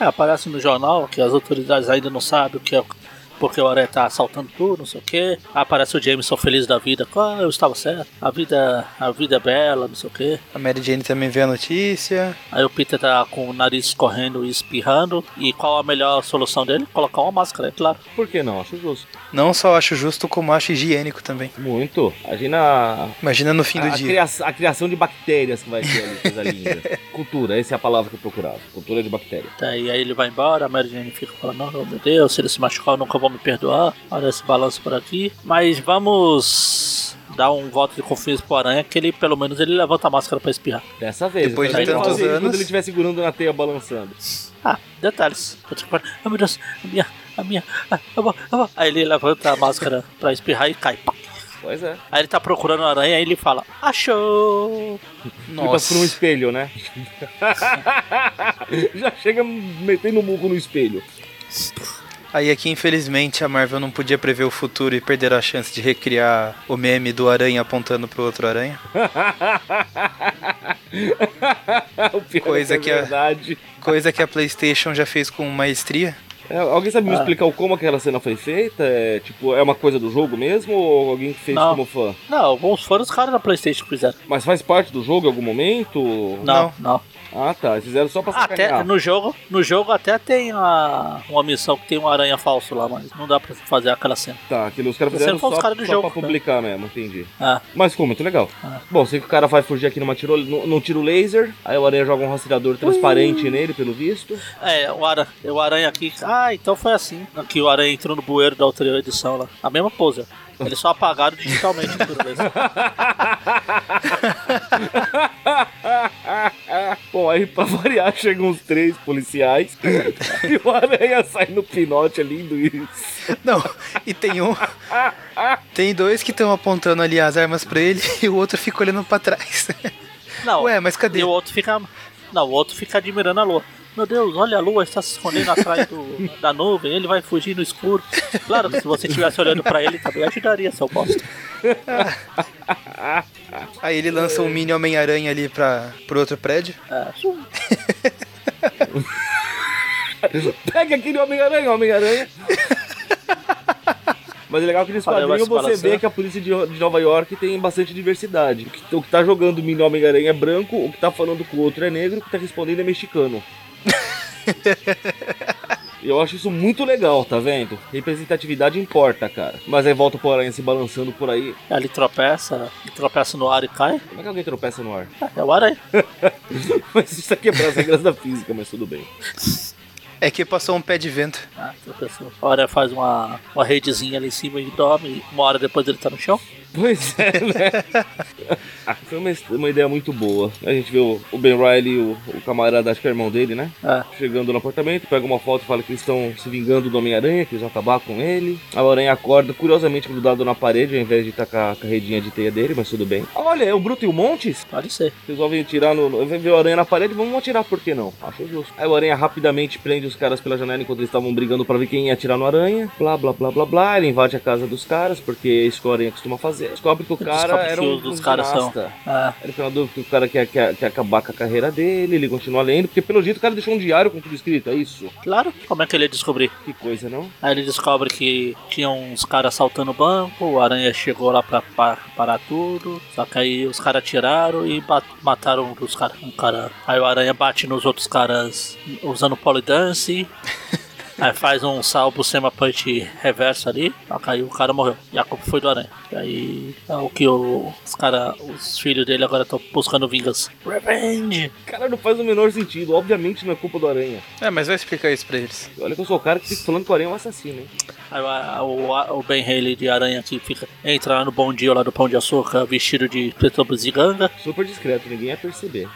Speaker 1: É, aparece no jornal que as autoridades ainda não sabem o que é. Porque o Aranha tá assaltando tudo, não sei o quê. Aí Aparece o Jameson feliz da vida. Ah, eu estava certo. A vida, a vida é bela, não sei o quê.
Speaker 3: A Mary Jane também vê a notícia.
Speaker 1: Aí o Peter tá com o nariz correndo e espirrando. E qual a melhor solução dele? Colocar uma máscara, é claro.
Speaker 2: Por que não? Acho justo.
Speaker 3: Não só acho justo, como acho higiênico também.
Speaker 2: Muito. Imagina a,
Speaker 3: Imagina no fim
Speaker 2: a,
Speaker 3: do
Speaker 2: a
Speaker 3: dia.
Speaker 2: criação, a criação de bactérias que vai ter ali, coisa linda.
Speaker 3: *laughs*
Speaker 2: Cultura, essa é a palavra que eu procurava. Cultura de bactéria.
Speaker 1: Daí Tá, aí ele vai embora, a Mary Jane fica falando, oh, meu Deus, se ele se machucar eu nunca vou me perdoar. Olha esse balanço por aqui. Mas vamos dar um voto de confiança pro Aranha, que ele pelo menos ele levanta a máscara pra espirrar.
Speaker 2: Dessa vez.
Speaker 3: Depois
Speaker 2: eu
Speaker 1: de
Speaker 2: quero ver ele
Speaker 1: tantos
Speaker 2: fazer isso Quando
Speaker 3: anos.
Speaker 2: ele estiver segurando na teia, balançando.
Speaker 1: Ah, detalhes. Ah, meu Deus, a minha, a minha, ah, eu vou, eu vou. Aí ele levanta a máscara pra espirrar e cai. Pá.
Speaker 2: Pois é.
Speaker 1: Aí ele tá procurando a aranha e ele fala, achou!
Speaker 2: Ele passa
Speaker 3: Nossa.
Speaker 2: por um espelho,
Speaker 3: *laughs*
Speaker 2: né? Já chega metendo o muco no espelho. *laughs*
Speaker 3: Aí aqui, infelizmente, a Marvel não podia prever o futuro e perderam a chance de recriar o meme do aranha apontando pro outro aranha.
Speaker 2: o pior
Speaker 3: Coisa
Speaker 2: é
Speaker 3: que
Speaker 2: que é
Speaker 3: a-
Speaker 2: verdade.
Speaker 3: Coisa que a PlayStation já fez com maestria.
Speaker 2: É, alguém
Speaker 3: Ah.
Speaker 2: sabe me explicar o como aquela cena foi feita? É, tipo, é uma coisa do jogo mesmo ou alguém que fez
Speaker 1: Não.
Speaker 2: como fã?
Speaker 1: Não, alguns foram os caras da Playstation que fizeram.
Speaker 2: Mas faz parte do jogo em algum momento?
Speaker 1: Não, não.
Speaker 2: Ah, tá. Eles Fizeram só pra
Speaker 1: Até
Speaker 2: sacanear.
Speaker 1: no jogo, no jogo até tem a, uma missão que tem um aranha falso lá, mas não dá pra fazer aquela cena.
Speaker 2: Tá, aquilo os caras
Speaker 1: Você
Speaker 2: fizeram
Speaker 1: foi
Speaker 2: só,
Speaker 1: os caras do
Speaker 2: só
Speaker 1: jogo,
Speaker 2: pra
Speaker 1: tá?
Speaker 2: publicar mesmo, entendi.
Speaker 1: Ah,
Speaker 2: Mas ficou muito legal.
Speaker 1: Ah.
Speaker 2: Bom, sei que o cara vai fugir aqui numa tiro, num, num tiro laser, aí o aranha joga um rastreador transparente nele, pelo visto. *laughs*
Speaker 1: é, o, ara, o aranha aqui. Ah, então foi assim. Que o aranha entrou no bueiro da outra edição lá. A mesma pose. Eles só apagaram digitalmente tudo isso.
Speaker 2: Bom, aí pra variar chegam uns três policiais *laughs* e o aranha sai no pinote, é lindo isso.
Speaker 3: *laughs* Não, e tem um. Tem dois que estão apontando ali as armas pra ele *laughs* e o outro fica olhando pra trás. *laughs*
Speaker 1: Não.
Speaker 3: Ué, mas cadê?
Speaker 1: E o outro fica. Não, o outro fica admirando a lua. Meu Deus, olha a lua está se escondendo atrás do-
Speaker 3: *laughs*
Speaker 1: da nuvem, ele vai fugir no escuro. Claro que se você estivesse olhando pra ele também ajudaria, seu bosta.
Speaker 3: Aí ele lança um mini Homem-Aranha ali pra, pro outro prédio.
Speaker 1: É,
Speaker 2: Pega aquele Homem-Aranha, Homem-Aranha. Mas é legal que nesse
Speaker 1: Olha, vai
Speaker 2: quadrinho
Speaker 1: se
Speaker 2: você vê
Speaker 1: balançar.
Speaker 2: que a polícia de, de Nova York tem bastante diversidade. O que, o que tá jogando o mini Homem-Aranha é branco, o que tá falando com o outro é negro, o que tá respondendo é mexicano. E Eu acho isso muito legal, tá vendo? Representatividade importa, cara. Mas aí volta pro aranha se balançando por aí.
Speaker 1: Aí Ele tropeça, ele tropeça no ar e cai.
Speaker 2: Como é que alguém tropeça no ar? *laughs*
Speaker 1: É o aranha.
Speaker 2: mas isso é quebrar as regras da física, mas tudo bem.
Speaker 3: É que passou um pé de vento.
Speaker 1: Ah, tropeçou. A aranha faz uma, uma redezinha ali em cima e dorme. e Uma hora depois ele tá no chão.
Speaker 2: Pois é, né? *laughs* Foi uma, uma ideia muito boa. A gente vê o, o Ben Riley, o, o camarada, acho que é irmão dele, né?
Speaker 1: É.
Speaker 2: Chegando no apartamento, pega uma foto e fala que eles estão se vingando do Homem-Aranha, que eles vão acabar com ele. Aí o Aranha acorda, curiosamente, grudado na parede, ao invés de tacar a carredinha de teia dele, mas tudo bem. Olha, é o Bruto e o Montes?
Speaker 1: Pode ser.
Speaker 2: Resolvem atirar no. no- Vê o Aranha na parede, vamos atirar, por que não? Acho justo. Aí o Aranha rapidamente prende os caras pela janela enquanto eles estavam brigando pra ver quem ia atirar no Aranha. Blá, blá, blá, blá, blá. Ele invade a casa dos caras, porque é isso que o Aranha costuma fazer. Descobre que o
Speaker 1: Ele
Speaker 2: cara
Speaker 1: descobre
Speaker 2: era
Speaker 1: que
Speaker 2: um,
Speaker 1: os
Speaker 2: um
Speaker 1: caras coração.
Speaker 2: Rasta.
Speaker 1: Ah,
Speaker 2: Aí no final do o cara quer, quer, quer acabar com a carreira dele, ele continua lendo, porque pelo jeito o cara deixou um diário com tudo escrito, é isso?
Speaker 1: claro, como é que ele ia descobrir?
Speaker 2: Que coisa, não?
Speaker 1: Aí ele descobre que tinha uns caras assaltando o banco, o Aranha chegou lá pra, pa- parar tudo, só que aí os caras tiraram e ba- mataram um dos caras. Um cara. Aí o Aranha bate nos outros caras usando polydance. Aí faz um salvo Sema Punch reverso ali, só que aí o cara morreu. E a culpa foi do Aranha. E aí é o que o- os caras, os filhos dele agora estão buscando vingança. Revenge!
Speaker 2: Cara, não faz o menor sentido, obviamente não é culpa do Aranha.
Speaker 3: É, mas vai explicar isso pra eles.
Speaker 2: Olha que eu sou o cara que fica falando que o Aranha é um assassino, hein?
Speaker 1: Aí ah, o, o- o Ben Haley de aranha que fica, entra lá no bom dia lá do Pão de Açúcar, vestido de inspetor buziganga.
Speaker 2: Super discreto, ninguém ia perceber.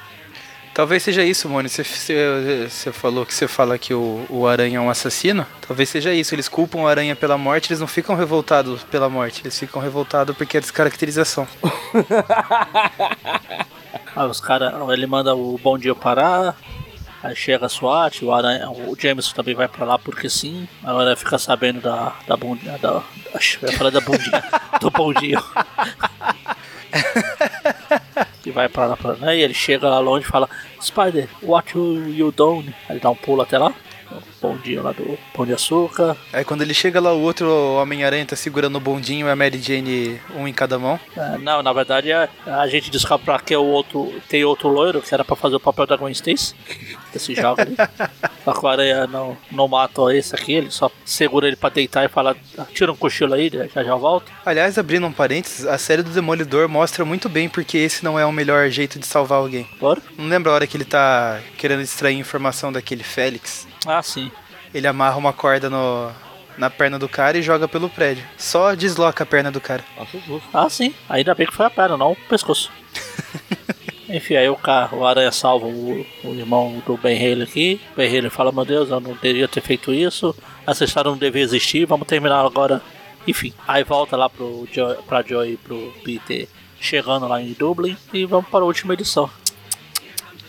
Speaker 3: Talvez seja isso, Mone. Você, você, você falou que você fala que o, o Aranha é um assassino. Talvez seja isso. Eles culpam o Aranha pela morte, eles não ficam revoltados pela morte. Eles ficam revoltados porque é descaracterização.
Speaker 1: Aí os caras, ele manda o bom dia parar. Aí chega a SWAT, o, aranha, o Jameson também vai pra lá porque sim. Agora fica sabendo da, da bundinha. Da, acho que eu ia falar da bundinha. *laughs* do bom dia. e vai pra lá, pra lá. E ele chega lá longe e fala: Spider, what you, you done? Aí ele dá um pulo até lá. Bom dia lá do Pão de Açúcar.
Speaker 3: Aí quando ele chega lá, o outro Homem-Aranha tá segurando o bondinho e a Mary Jane, um em cada mão.
Speaker 1: É, Não, na verdade a, a gente descobre lá que é o outro, tem outro loiro que era pra fazer o papel da Gwen Stacy. Esse jogo ali. Só que o Aranha não, não mata esse aqui, ele só segura ele pra deitar e fala: tira um cochilo aí, já já volto.
Speaker 3: Aliás, abrindo um parênteses, a série do Demolidor mostra muito bem porque esse não é o melhor jeito de salvar alguém.
Speaker 1: Claro?
Speaker 3: Não lembra a hora que ele tá querendo extrair informação daquele Félix?
Speaker 1: Ah, sim.
Speaker 3: Ele amarra uma corda no, na perna do cara e joga pelo prédio. Só desloca a perna do cara.
Speaker 2: Acho justo.
Speaker 1: Ah, sim. Ainda bem que foi a perna, não o pescoço. Enfim, aí o carro, o Aranha salva o, o irmão do Ben Haley aqui. O Ben Haley fala, meu Deus, eu não deveria ter feito isso. Essa história não devia existir, vamos terminar agora. Enfim, aí volta lá pro Joy, pra Joy e pro Peter, chegando lá em Dublin. E vamos para a última edição.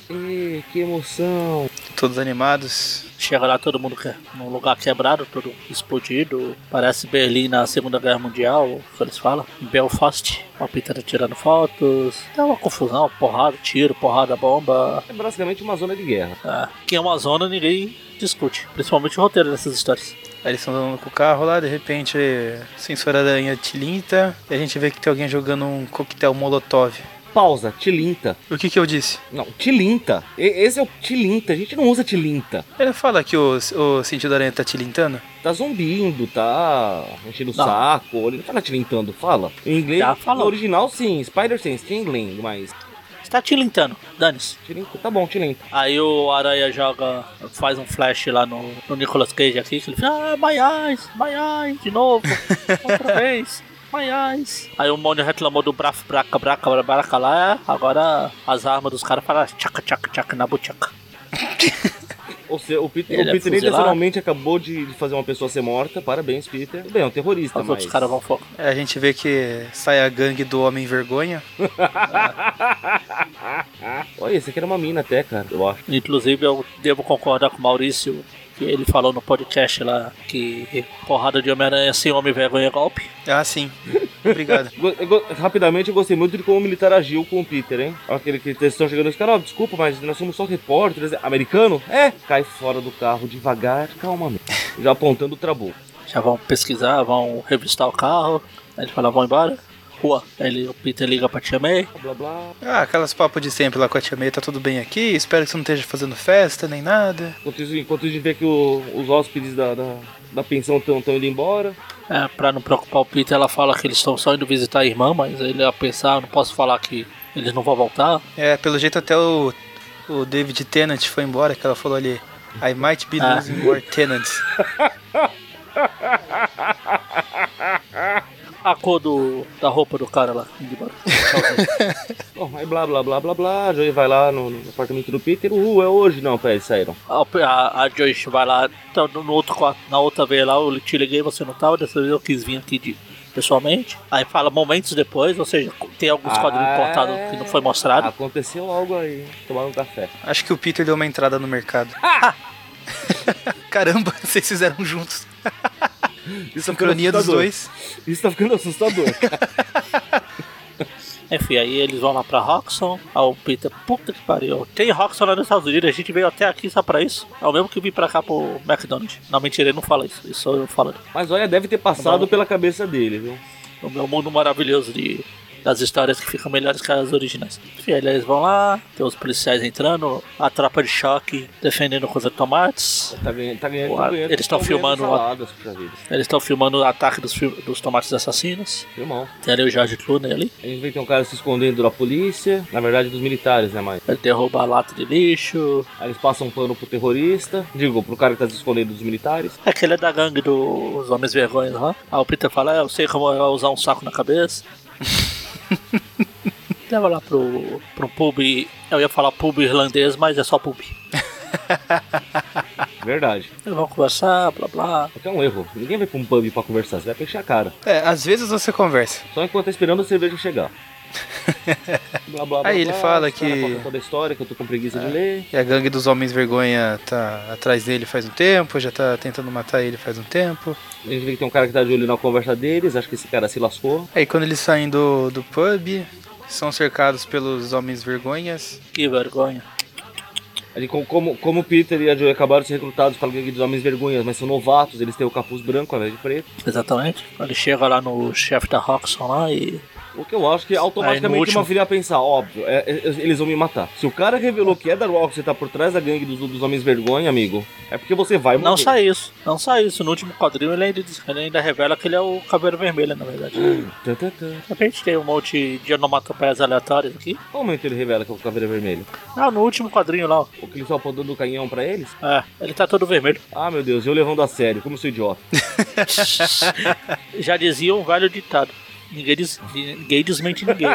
Speaker 2: Ê, que emoção.
Speaker 3: Todos animados.
Speaker 1: Chega lá todo mundo que, num lugar quebrado, todo explodido. Parece Berlim na Segunda Guerra Mundial, o que eles falam. Em Belfast, uma pintada tirando fotos. É uma confusão, porrada, tiro, porrada, bomba.
Speaker 2: É basicamente uma zona de guerra.
Speaker 1: Ah, que é uma zona, ninguém discute. Principalmente o roteiro dessas histórias.
Speaker 3: Aí eles estão andando com o carro lá, de repente o sensor aranha tilinta e a gente vê que tem alguém jogando um coquetel molotov.
Speaker 2: Pausa, tilinta.
Speaker 3: O que que eu disse?
Speaker 2: Não, tilinta. E- esse é o tilinta, a gente não usa tilinta.
Speaker 3: Ele fala que o, o sentido aranha tá tilintando?
Speaker 2: Tá zumbindo, tá enchendo o
Speaker 1: Não. Tá
Speaker 2: saco. Ele não tá tilintando, fala. Em inglês,
Speaker 1: Já falou.
Speaker 2: no original sim, Spider-Sense, Tingling, mas
Speaker 1: Está tilintando, dane-se.
Speaker 2: tilinta, tá bom, tilinta.
Speaker 1: Aí o Aranha joga, faz um flash lá no, no Nicolas Cage aqui, que ele fica, ah, my eyes, my eyes, de novo, outra vez, my eyes. Aí o Mônio reclamou do braf, braca, braca, braca, braca lá, agora as armas dos caras falam tchaca, tchaca, tchaca, na buchaca.
Speaker 2: Ou seja, o Peter,
Speaker 1: Ele
Speaker 2: o
Speaker 1: é
Speaker 2: Peter
Speaker 1: fuzilado.
Speaker 2: intencionalmente acabou de de fazer uma pessoa ser morta. Parabéns, Peter. Tudo bem, é um terrorista,
Speaker 1: Os
Speaker 2: mas...
Speaker 1: outros
Speaker 2: *laughs*
Speaker 1: caras vão focar.
Speaker 3: É, A gente vê que sai a gangue do Homem Vergonha.
Speaker 2: Olha, esse aqui era uma mina até, cara, eu acho.
Speaker 1: Inclusive, eu devo concordar com o Maurício, que ele falou no podcast lá que porrada de Homem-Aranha sem homem vergonha é golpe.
Speaker 3: Ah, sim. Obrigado.
Speaker 2: Go- eu go- Rapidamente, eu gostei muito de como o militar agiu com o Peter, hein? Aquele que eles estão chegando, os caras, ó, desculpa, mas nós somos só repórteres. Americano? É. Cai fora do carro devagar, calmamente. Já apontando o trabuco.
Speaker 1: Já vão pesquisar, vão revistar o carro. Aí ele fala, vão embora. Rua. Aí ele, o Peter liga pra Tia May.
Speaker 2: Blá, blá, blá.
Speaker 3: Ah, aquelas papos de sempre lá com a tia May, tá tudo bem aqui, espero que você não esteja fazendo festa nem nada.
Speaker 2: Enquanto isso, enquanto isso, a gente vê que o- os hóspedes da, da, da pensão estão indo embora.
Speaker 1: É, pra não preocupar o Peter, ela fala que eles estão só indo visitar a irmã, mas ele ia pensar, não posso falar que eles não vão voltar.
Speaker 3: É, pelo jeito até o, o David Tennant foi embora, que ela falou ali, I might be
Speaker 1: Ah.
Speaker 3: losing more tenants.
Speaker 1: A cor do, da roupa do cara lá. indo embora.
Speaker 2: Bom, aí blá, blá, blá, blá, blá. A Joey vai lá no, no apartamento do Peter. Uhul, é hoje. Não, pera, eles saíram.
Speaker 1: A, a, a Joyce vai lá, tá no no outro quarto, na outra vez lá, eu te liguei, você não tava, dessa vez eu quis vir aqui de, pessoalmente. Aí fala momentos depois, ou seja, tem alguns
Speaker 2: Ah.
Speaker 1: quadrinhos cortados que não foi mostrado.
Speaker 2: Aconteceu algo aí. Tomaram um café.
Speaker 3: Acho que o Peter deu uma entrada no mercado. *laughs* Caramba, vocês fizeram juntos.
Speaker 2: Isso tá ficando
Speaker 3: Cronia é dos
Speaker 2: assustador. é
Speaker 3: dois.
Speaker 2: Isso tá ficando assustador. cara.
Speaker 1: Enfim, aí eles vão lá pra Roxxon. Aí o Peter, puta que pariu. Tem Roxxon lá nos Estados Unidos, a gente veio até aqui só pra isso. É o mesmo que eu vim pra cá pro McDonald's. Não, mentira, ele não fala isso. Isso sou eu falando.
Speaker 2: Mas olha, deve ter passado
Speaker 1: Não.
Speaker 2: pela cabeça dele, viu?
Speaker 1: O meu mundo maravilhoso de, das histórias que ficam melhores que as originais. Enfim, aí eles vão lá, tem os policiais entrando, a tropa de choque defendendo contra tomates.
Speaker 2: Tá ganhando, tá ganhando.
Speaker 1: Pô,
Speaker 2: tá ganhando
Speaker 1: eles estão
Speaker 2: ganhando
Speaker 1: filmando lá.
Speaker 2: Saladas, puxa vida.
Speaker 1: Eles estão filmando o ataque dos, fil- dos tomates assassinos.
Speaker 2: Filmão.
Speaker 1: Tem ali o George Clooney ali.
Speaker 2: Eles vê que tem um cara se escondendo da polícia, na verdade dos militares, né, mas
Speaker 1: Ele derruba a lata de lixo.
Speaker 2: Aí eles passam um pano pro terrorista, digo, pro cara que tá se escondendo dos militares.
Speaker 1: Aquele é da gangue dos Homens Vergonhas lá. Aí o Peter fala, "É, eu sei como é usar um saco na cabeça. Leva lá pro, pro pub. Eu ia falar pub irlandês, mas é só pub.
Speaker 2: Verdade.
Speaker 1: Eles vão conversar, blá blá.
Speaker 2: Aqui é um erro. Ninguém vai pra um pub pra conversar, você vai fechar a cara.
Speaker 3: É, às vezes você conversa.
Speaker 2: Só enquanto tá esperando a cerveja
Speaker 3: *laughs*
Speaker 2: chegar. Blá, blá, blá,
Speaker 3: Aí ele
Speaker 2: blá,
Speaker 3: fala
Speaker 2: os cara
Speaker 3: que- É.
Speaker 2: conta toda a história que eu tô com preguiça de ler.
Speaker 3: E a gangue dos homens vergonha tá atrás dele faz um tempo, já tá tentando matar ele faz um tempo.
Speaker 2: A gente vê que tem um cara que tá de olho na conversa deles, acho que esse cara se lascou.
Speaker 3: Aí quando eles saem do, do pub, são cercados pelos homens vergonhas.
Speaker 1: Que vergonha.
Speaker 2: Ali, como- como, como o Peter e a Joey acabaram de ser recrutados para gangue dos homens vergonhas, mas são novatos, eles têm o capuz branco ao invés de preto.
Speaker 1: Exatamente. Ele chega lá no chefe da Roxxon lá e.
Speaker 2: O que eu acho que
Speaker 1: Aí,
Speaker 2: automaticamente
Speaker 1: no último-
Speaker 2: uma filha a pensar, óbvio, é- é- eles vão me matar. Se o cara revelou que é da Rock, você tá por trás da gangue dos, dos homens vergonha, amigo, é porque você vai morrer.
Speaker 1: Não só isso, não só isso. No último quadrinho ele ainda, diz- ele ainda revela que ele é o cabelo vermelho, na verdade.
Speaker 2: Tã, tã, tã.
Speaker 1: A gente tem um monte de onomatopeias aleatórias aqui.
Speaker 2: Qual momento ele revela que é o Caveira Vermelho?
Speaker 1: Ah, no último quadrinho lá, ó.
Speaker 2: O que eles estão apontando o canhão pra eles?
Speaker 1: É, ele tá todo vermelho.
Speaker 2: Ah, meu Deus, eu levando a sério, como eu sou idiota.
Speaker 1: Já dizia um velho ditado. Ninguém, des... ninguém desmente ninguém.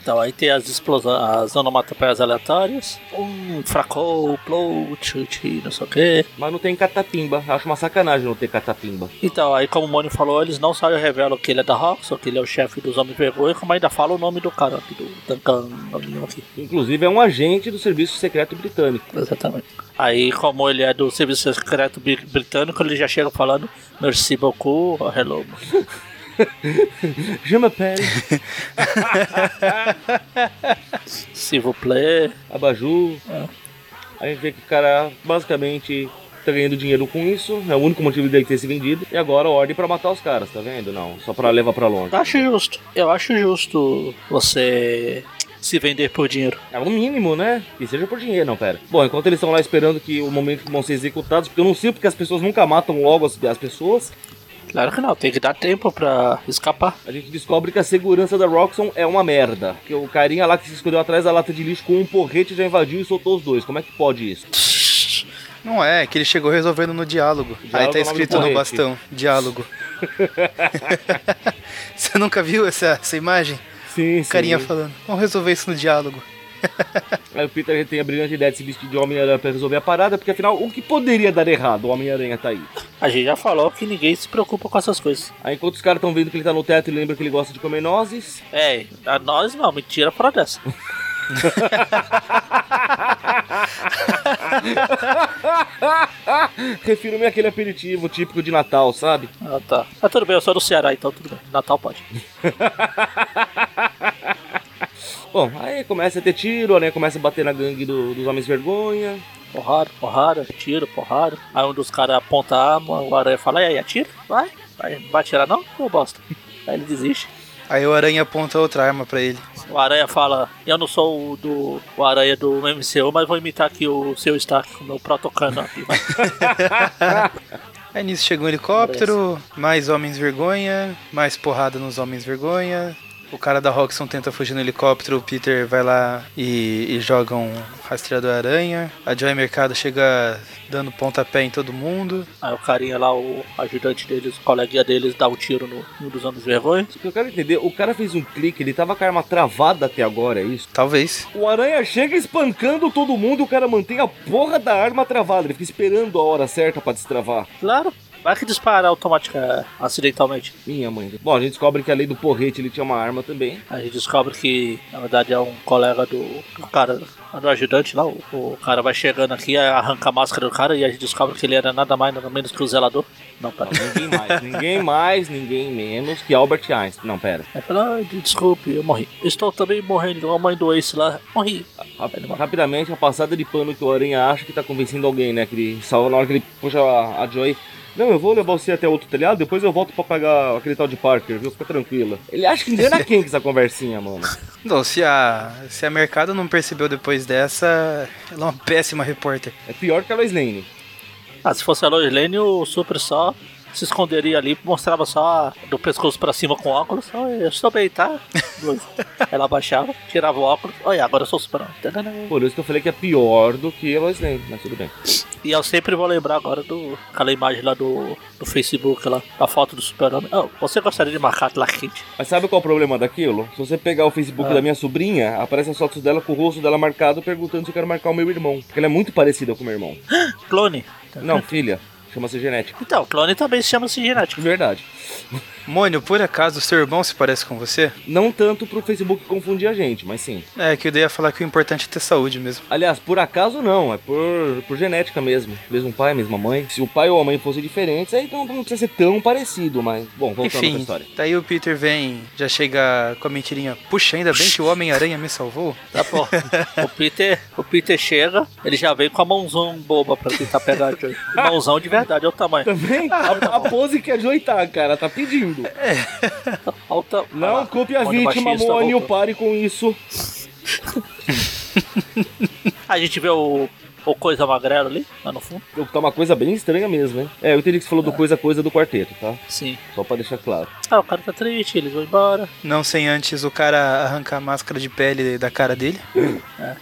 Speaker 1: então aí tem as explosões, as onomatopeias aleatórias. Um fracou, plou, chute, não sei o quê.
Speaker 2: Mas não tem catapimba, acho uma sacanagem não ter catapimba.
Speaker 1: Então, aí como o Mônio falou, eles não só revelam que ele é da Roxxon, que ele é o chefe dos Homens Vergonha, como ainda fala o nome do cara aqui, do Duncan O'Neill aqui.
Speaker 2: Inclusive é um agente do Serviço Secreto Britânico.
Speaker 1: Exatamente. Aí, como ele é do Serviço Secreto Bri- Britânico, ele já chega falando Merci beaucoup, hello.
Speaker 2: Jama Perry,
Speaker 1: S'il vous plaît.
Speaker 2: Abaju.
Speaker 1: É.
Speaker 2: A gente vê que o cara basicamente tá ganhando dinheiro com isso, é o único motivo dele ter se vendido. E agora ordem pra matar os caras, tá vendo? Não, só pra levar pra longe.
Speaker 1: Eu acho justo. Eu acho justo você se vender por dinheiro.
Speaker 2: É o mínimo, né? E seja por dinheiro, não, pera. Bom, enquanto eles estão lá esperando que o momento que vão ser executados, porque eu não sei porque as pessoas nunca matam logo as, as pessoas,
Speaker 1: Claro que não, tem que dar tempo pra escapar.
Speaker 2: a gente descobre que a segurança da Roxxon é uma merda. Que o carinha lá que se escondeu atrás da lata de lixo com um porrete já invadiu e soltou os dois. Como é que pode isso?
Speaker 3: Não é, que ele chegou resolvendo no diálogo. Aí
Speaker 2: Diálogo
Speaker 3: tá
Speaker 2: é o nome do
Speaker 3: escrito no
Speaker 2: porrete.
Speaker 3: bastão,
Speaker 2: *laughs*
Speaker 3: diálogo. Você nunca viu essa, essa imagem?
Speaker 2: Sim, sim.
Speaker 3: Carinha falando, vamos resolver isso no diálogo.
Speaker 2: Aí o Peter tem a brilhante ideia de se vestir de Homem-Aranha pra resolver a parada, porque afinal, o que poderia dar errado? O Homem-Aranha tá aí.
Speaker 1: A gente já falou que ninguém se preocupa com essas coisas.
Speaker 2: Aí enquanto os caras estão vendo que ele tá no teto e lembra que ele gosta de comer nozes,
Speaker 1: É, a nós não, mentira fora dessa.
Speaker 2: *laughs* refiro-me àquele aperitivo típico de Natal, sabe? *laughs*
Speaker 1: Ah, tá. Ah, tudo bem, eu sou do Ceará, então tudo bem. Natal pode.
Speaker 2: Bom, aí começa a ter tiro, né? Começa a bater na gangue do- dos Homens Vergonha. *laughs*
Speaker 1: Porrada, porrada, tiro, porrada. Aí um dos caras aponta a arma, o aranha fala, e aí, atira? Vai, vai, não vai atirar não? Ô bosta. Aí ele desiste.
Speaker 3: Aí o aranha aponta outra arma pra ele.
Speaker 1: O aranha fala, eu não sou o do o aranha do MCU, mas vou imitar aqui o seu Stark com o meu protocano aqui.
Speaker 3: Aí nisso chega um helicóptero, mais homens vergonha, mais porrada nos homens vergonha. O cara da Roxxon tenta fugir no helicóptero, o Peter vai lá e, e joga um rastreador aranha. A Joy Mercado chega dando pontapé em todo mundo.
Speaker 1: Aí o carinha lá, o ajudante deles, o coleguinha deles, dá um tiro no um dos anos vergonha.
Speaker 2: Só que eu quero entender, o cara fez um clique, ele tava com a arma travada até agora, é isso?
Speaker 3: Talvez.
Speaker 2: O Aranha chega espancando todo mundo e o cara mantém a porra da arma travada. Ele fica esperando a hora certa pra destravar.
Speaker 1: Claro, vai que dispara automática, acidentalmente.
Speaker 2: Minha mãe. Bom, a gente descobre que além do porrete ele tinha uma arma também.
Speaker 1: A gente descobre que, na verdade, é um colega do, do cara, do ajudante lá. O, o cara vai chegando aqui, arranca a máscara do cara e a gente descobre que ele era nada mais, nada menos que o zelador. Não, pera.
Speaker 2: Não, ninguém mais, *laughs* ninguém mais, ninguém menos que Albert Einstein. Não, pera.
Speaker 1: Aí fala, ah, desculpe, eu morri. Estou também morrendo, igual a mãe do Ace lá. Morri.
Speaker 2: Rap- Rapidamente, a passada de pano que o Aranha acha que tá convencendo alguém, né? Que ele salva na hora que ele puxa a, a Joy. Não, eu vou levar você até outro telhado, depois eu volto pra pegar aquele tal de Parker, viu? Fica tranquila. Ele acha que engana quem com essa conversinha, mano.
Speaker 3: Não, se a, se a mercado não percebeu depois dessa, ela é uma péssima repórter.
Speaker 2: É pior que a Lois Lane.
Speaker 1: Ah, se fosse a Lois Lane, o Super só se esconderia ali, mostrava só do pescoço pra cima com óculos. Só, eu estou bem, tá? Ela abaixava, tirava o óculos. Olha, agora eu sou o Super.
Speaker 2: Por isso que eu falei que é pior do que a Lois Lane, mas tudo bem.
Speaker 1: E eu sempre vou lembrar agora do aquela imagem lá do, do Facebook, lá, a foto do Super-Homem. Oh, você gostaria de marcar lá quente?
Speaker 2: Mas sabe qual é o problema daquilo? Se você pegar o Facebook
Speaker 1: Ah.
Speaker 2: da minha sobrinha, aparece as fotos dela com o rosto dela marcado perguntando se eu quero marcar o meu irmão. Porque ela é muito parecida com o meu irmão.
Speaker 1: Clone?
Speaker 2: Não, filha, chama-se genética.
Speaker 1: Então, clone também se chama-se
Speaker 2: De
Speaker 1: genético.
Speaker 2: verdade.
Speaker 3: Mônio, por acaso seu irmão se parece com você?
Speaker 2: Não tanto pro Facebook confundir a gente, mas sim.
Speaker 3: É, que eu dei a falar que o importante é ter saúde mesmo.
Speaker 2: Aliás, por acaso não, é por, por genética mesmo. Mesmo pai, mesma mãe. Se o pai ou a mãe fossem diferentes, aí então não, não precisa ser tão parecido, mas. Bom, voltando pra
Speaker 3: Enfim,
Speaker 2: história.
Speaker 3: daí o Peter vem, já chega com a mentirinha. Puxa, ainda bem que o Homem-Aranha me salvou.
Speaker 1: Tá
Speaker 2: *laughs*
Speaker 1: bom. o, Peter, o Peter chega, ele já vem com a mãozão boba pra tentar pegar a Joy. Mãozão de verdade, olha o tamanho.
Speaker 2: Também? A, a pose que a Joy tá, cara, tá pedindo.
Speaker 1: Olha o ta- olha
Speaker 2: Não
Speaker 1: lá,
Speaker 2: culpe a
Speaker 1: onde o
Speaker 2: vítima,
Speaker 1: baixista
Speaker 2: Mônio,
Speaker 1: voltou.
Speaker 2: pare com isso.
Speaker 1: A gente vê o, o Coisa Magrelo ali, lá no fundo.
Speaker 2: Eu- Tá uma coisa bem estranha mesmo, hein? É, eu entendi que você falou do coisa coisa do quarteto, tá?
Speaker 1: Sim.
Speaker 2: Só pra deixar claro.
Speaker 1: Ah, o cara tá triste, eles vão embora.
Speaker 3: Não sem antes o cara arrancar a máscara de pele da cara dele.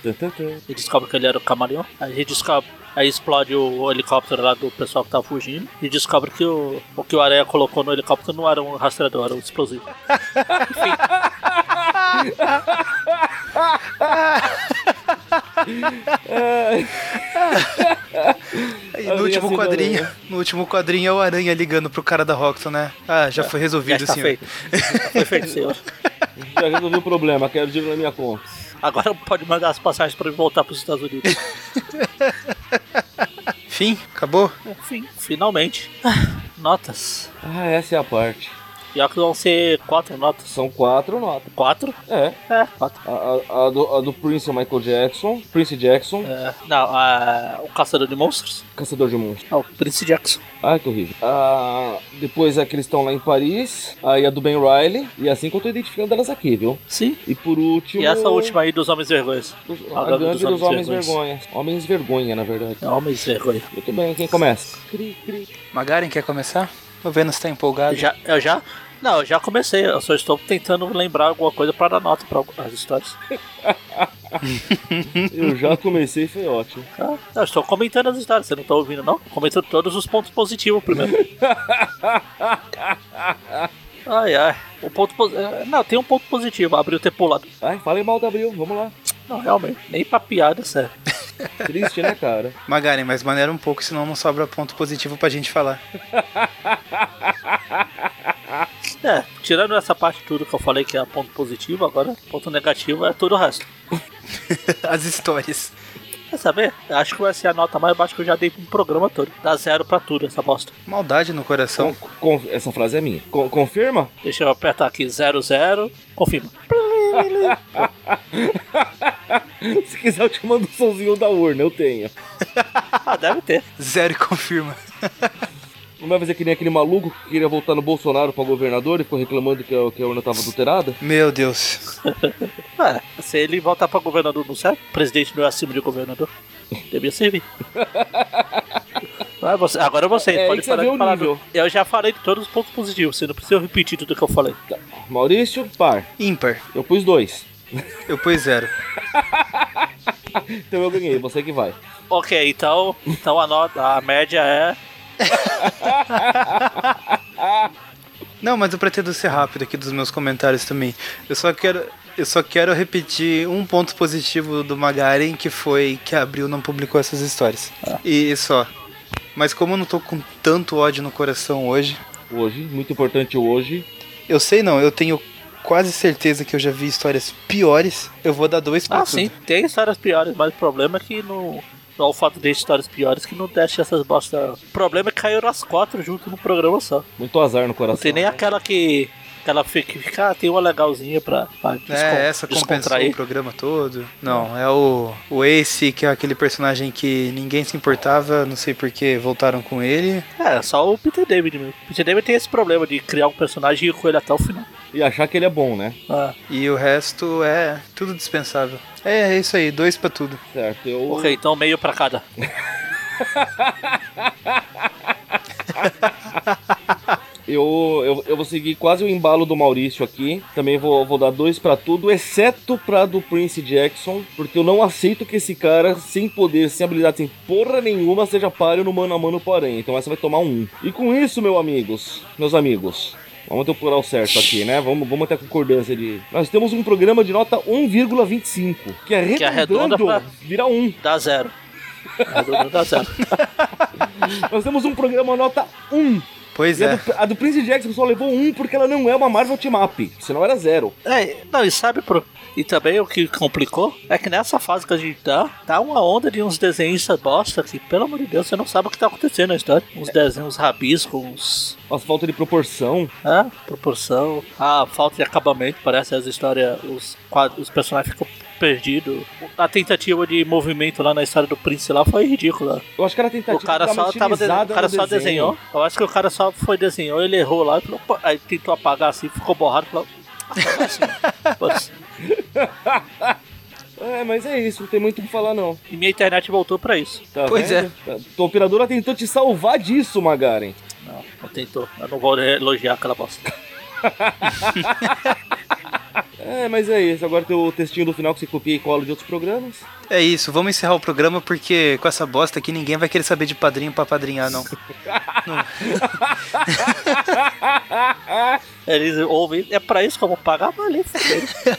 Speaker 2: Tã, tã, tã.
Speaker 1: Ele descobre que ele era o camaleão. Aí ele descobre. Aí explode o helicóptero lá do pessoal que tá fugindo. E descobre que o, o que o Aranha colocou no helicóptero não era um rastreador, era um explosivo.
Speaker 3: Aí,
Speaker 2: Aranha
Speaker 3: no último
Speaker 2: sendo
Speaker 3: quadrinho,
Speaker 2: aranha.
Speaker 3: no último quadrinho é o Aranha ligando pro cara da Roxxon, né? Ah, já foi
Speaker 1: Já
Speaker 3: resolvido,
Speaker 1: está
Speaker 3: senhor.
Speaker 1: tá feito. Já Foi feito, senhor.
Speaker 2: Já resolvi o problema, quero dinheiro na minha conta.
Speaker 1: Agora pode mandar as passagens pra eu voltar pros Estados Unidos.
Speaker 3: Fim? Acabou?
Speaker 1: Enfim, É, finalmente. Ah, Notas.
Speaker 2: Ah, essa é a parte.
Speaker 1: Pior que vão ser quatro notas.
Speaker 2: São quatro notas.
Speaker 1: Quatro?
Speaker 2: É,
Speaker 1: É, quatro.
Speaker 2: a, a- a do, a do Prince é o Michael Jackson, Prince Jackson,
Speaker 1: É, não, a- o Caçador de Monstros.
Speaker 2: Caçador de Monstros.
Speaker 1: Ah, o Prince Jackson.
Speaker 2: Ai, que horrível. Ah, depois é que eles estão lá em Paris, aí a do Ben Riley, e assim que eu tô identificando elas aqui, viu?
Speaker 1: Sim.
Speaker 2: E por último...
Speaker 1: E essa última aí dos Homens Vergonhas.
Speaker 2: dos-
Speaker 1: a
Speaker 2: a
Speaker 1: gangue
Speaker 2: gangue
Speaker 1: dos
Speaker 2: dos,
Speaker 1: homens
Speaker 2: Homens Vergonha. Homens Vergonha, na verdade.
Speaker 1: É, Homens Vergonha.
Speaker 2: Muito bem, quem começa? Cri, cri.
Speaker 3: Magaren quer começar? O Vênus tá empolgado.
Speaker 1: Ah, Já, eu já. Não, eu já comecei. Eu só estou tentando lembrar alguma coisa para dar nota para as histórias.
Speaker 2: Eu já comecei, foi ótimo.
Speaker 1: Ah, eu estou comentando as histórias, você não está ouvindo, não? Comentando todos os pontos positivos primeiro. *laughs*
Speaker 2: Ah,
Speaker 1: ai, ai. O ponto posi- eh, Não, tem um ponto positivo. Abriu ter pulado.
Speaker 2: Ai, falem mal da Abril, vamos lá.
Speaker 1: Não, realmente. Nem pra piada, sério.
Speaker 2: Triste, né, cara?
Speaker 3: Magaren, mas maneira um pouco, senão não sobra ponto positivo pra gente falar. *laughs*
Speaker 1: É, tirando essa parte tudo que eu falei que é ponto positivo, agora ponto negativo é todo o resto.
Speaker 3: As histórias.
Speaker 1: Quer saber? Eu Acho que vai ser a nota mais baixa que eu já dei pro programa todo. Dá zero pra tudo essa bosta.
Speaker 3: Maldade no
Speaker 1: Então.
Speaker 3: coração.
Speaker 2: Con- con- essa frase é minha. Con- confirma? *laughs*
Speaker 1: Deixa eu apertar aqui, zero, zero. Confirma.
Speaker 2: Se quiser, eu te mando o somzinho da urna, eu tenho.
Speaker 1: *laughs* Ah, deve ter.
Speaker 3: Zero e confirma.
Speaker 2: Não vai fazer que nem aquele maluco que queria voltar no Bolsonaro pra governador e ficou reclamando que a, que a urna tava adulterada?
Speaker 3: Meu Deus.
Speaker 1: É, se ele voltar pra governador, não serve? Presidente não é acima de governador. Devia *laughs* servir. Vai, você- agora você,
Speaker 2: É, aí
Speaker 1: pode
Speaker 2: que você
Speaker 1: falar
Speaker 2: vê
Speaker 1: de
Speaker 2: o
Speaker 1: palavra.
Speaker 2: nível.
Speaker 1: Eu já falei de todos os pontos positivos, você não precisa repetir tudo que eu falei.
Speaker 2: Tá. Maurício, par.
Speaker 3: Ímpar.
Speaker 2: Eu pus dois.
Speaker 3: Eu pus zero.
Speaker 2: Então eu ganhei, você que vai.
Speaker 1: Ok, então, então a nota, a média é.
Speaker 3: Não, mas eu pretendo ser rápido aqui dos meus comentários também. Eu só quero, eu só quero repetir um ponto positivo do Magaren, que foi que a Abril não publicou essas histórias. E só. Mas como eu não tô com tanto ódio no coração hoje,
Speaker 2: Hoje, muito importante o hoje.
Speaker 3: eu sei não, eu tenho quase certeza que eu já vi histórias piores. Eu vou dar dois pra
Speaker 1: Ah,
Speaker 3: tudo.
Speaker 1: sim, tem histórias piores, mas o problema é que não. Só o fato de histórias piores que não deixa essas bosta. O problema é que caiu nas quatro junto no programa só.
Speaker 2: Muito azar no
Speaker 1: Não
Speaker 2: coração.
Speaker 1: tem nem aquela que. Aquela fica, que fica, ah, tem uma legalzinha pra, pra descon-
Speaker 3: É, essa compensou o programa todo. Não, é o, o Ace, que é aquele personagem que ninguém se importava, não sei por que voltaram com ele.
Speaker 1: É, só o Peter David mesmo. O Peter David tem esse problema de criar um personagem e ir com ele até o final.
Speaker 2: E achar que ele é bom, né?
Speaker 1: Ah,
Speaker 3: E o resto é tudo dispensável. É, é isso aí, dois pra tudo.
Speaker 2: Certo, eu.
Speaker 1: ok, então meio pra cada.
Speaker 2: Eu, eu, eu vou seguir quase o embalo do Maurício aqui. Também vou, vou dar dois pra tudo, exceto pra do Prince Jackson, porque eu não aceito que esse cara, sem poder, sem habilidade, sem porra nenhuma, seja páreo no mano a mano pro aranha. Então essa vai tomar um. E com isso, meus amigos, meus amigos. Vamos ter o plural certo aqui, né? Vamos, vamos ter a concordância de. Nós temos um programa de nota 1,25, que é
Speaker 1: Que arredonda
Speaker 2: arredondando
Speaker 1: pra-
Speaker 2: vira 1.
Speaker 1: Dá zero. A Dudu Dá zero. *laughs*
Speaker 2: Nós temos um programa nota 1.
Speaker 3: Pois
Speaker 2: E a
Speaker 3: é.
Speaker 2: do, a do Prince Jackson só levou 1 porque ela não é uma Marvel Team Up. Senão era zero.
Speaker 1: É, não, e sabe, pro... e também o que complicou é que nessa fase que a gente tá, tá uma onda de uns desenhistas bosta que, pelo amor de Deus, você não sabe o que tá acontecendo na história. Uns desenhos, uns rabiscos, uns.
Speaker 2: As falta de proporção.
Speaker 1: Ah, proporção, a falta de acabamento, parece as histórias, os, quadros, os personagens ficam perdidos. A tentativa de movimento lá na história do Prince lá foi ridícula.
Speaker 2: Eu acho É, que era
Speaker 1: O
Speaker 2: tentativa
Speaker 1: cara
Speaker 2: de dar
Speaker 1: só
Speaker 2: uma
Speaker 1: tava de- o
Speaker 2: estilizada
Speaker 1: cara
Speaker 2: no
Speaker 1: só
Speaker 2: desenho.
Speaker 1: desenhou. Eu acho que o cara só foi desenhou, ele errou lá, e falou, "Pô", aí tentou apagar assim, ficou borrado, falou.
Speaker 2: *laughs*
Speaker 1: "Assim, putz."
Speaker 2: *laughs* É, mas é isso, não tem muito o que falar não.
Speaker 1: E minha internet voltou pra isso.
Speaker 2: Tá
Speaker 3: Pois
Speaker 2: vendo?
Speaker 1: é.
Speaker 2: Tua operadora tentou te salvar disso, Magaren.
Speaker 1: Não, não tentou. Eu não vou elogiar aquela bosta.
Speaker 2: É, mas é isso. Agora tem o textinho do final que você copia e cola de outros programas. *laughs*
Speaker 3: É isso, vamos encerrar o programa porque com essa bosta aqui ninguém vai querer saber de padrinho pra padrinhar, não.
Speaker 1: Eles ouvem, é pra isso que eu vou pagar, mas ali, fudeu.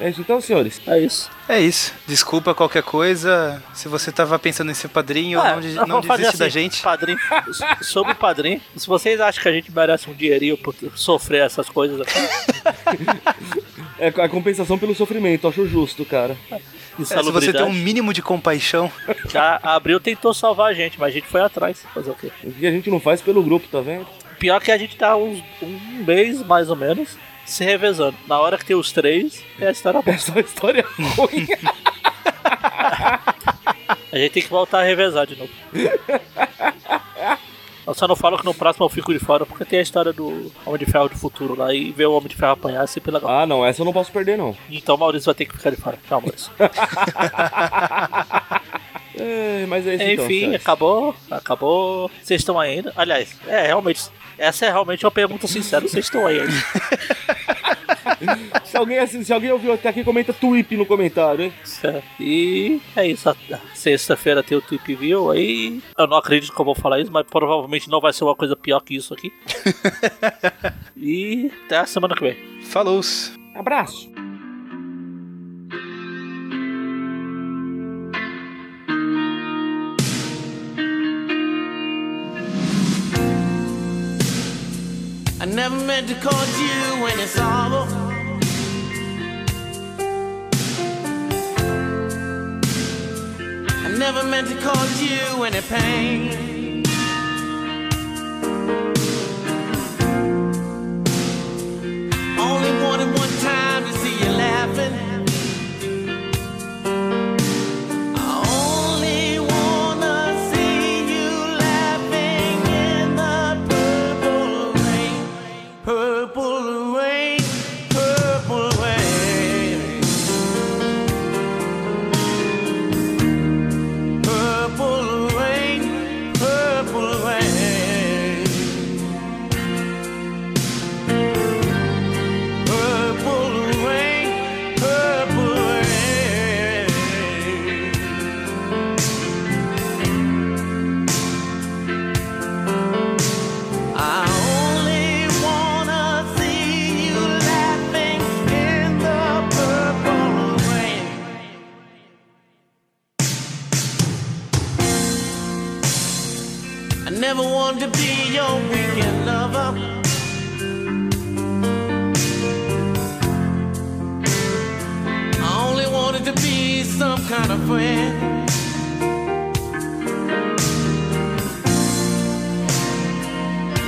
Speaker 2: É isso então, senhores.
Speaker 1: É isso.
Speaker 3: É isso. Desculpa qualquer coisa. Se você tava pensando em ser padrinho,
Speaker 1: Ah,
Speaker 3: não, de-
Speaker 1: nós
Speaker 3: não
Speaker 1: vamos fazer
Speaker 3: desiste da
Speaker 1: assim,
Speaker 3: gente.
Speaker 1: Padrinho, so- sobre o padrinho, se vocês acham que a gente merece um dinheirinho por sofrer essas coisas assim,
Speaker 3: *laughs*
Speaker 1: aqui,
Speaker 2: É a compensação pelo sofrimento, acho justo, cara.
Speaker 3: É, se você
Speaker 1: insalubridade,
Speaker 3: tem um mínimo de compaixão,
Speaker 1: já abriu, tentou salvar a gente, mas a gente foi atrás. Fazer o quê?
Speaker 2: O que a gente não faz pelo grupo, tá vendo? *laughs*
Speaker 1: Pior que a gente tá uns, um mês, mais ou menos, se revezando. Na hora que tem os três, é a história boa.
Speaker 2: É só história
Speaker 1: *laughs*
Speaker 2: ruim.
Speaker 1: A gente tem que voltar a revezar de novo. Eu só não falo que no próximo eu fico de fora, porque tem a história do Homem de Ferro do futuro lá e ver o Homem de Ferro apanhar é sempre legal.
Speaker 2: ah, não, essa eu não posso perder, não. *laughs*
Speaker 1: Então o Maurício vai ter que ficar de fora. Tchau, Maurício.
Speaker 2: É, mas é isso então,
Speaker 1: Enfim,
Speaker 2: senhores.
Speaker 1: acabou, acabou. Vocês estão aí ainda? Aliás, é realmente. Essa é realmente uma pergunta sincera. Vocês estão aí ainda?
Speaker 2: Se alguém, assi- se alguém ouviu até aqui, comenta tweep no comentário, hein?
Speaker 1: E é isso. Sexta-feira tem o Tweep View. Aí eu não acredito que eu vou falar isso, mas provavelmente não vai ser uma coisa pior que isso aqui. e até a semana que vem.
Speaker 3: falou
Speaker 2: Abraço!
Speaker 4: I never meant to cause you when it's over. I never meant to cause you any pain. Only wanted one time to see you laughing. I only wanna see you laughing in the purple rain. Purple rain, purple rain. Purple rain, purple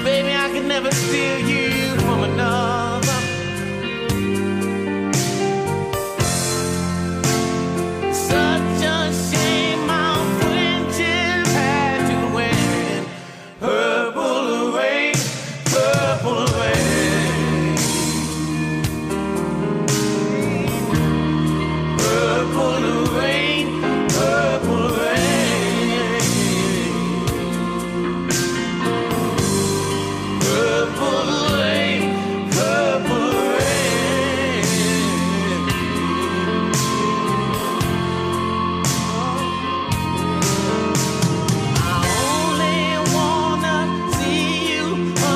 Speaker 4: hear you from another. Such a shame our friendship had to end. Purple rain, purple rain, purple rain, purple rain. Purple rain, purple rain. I only wanna see you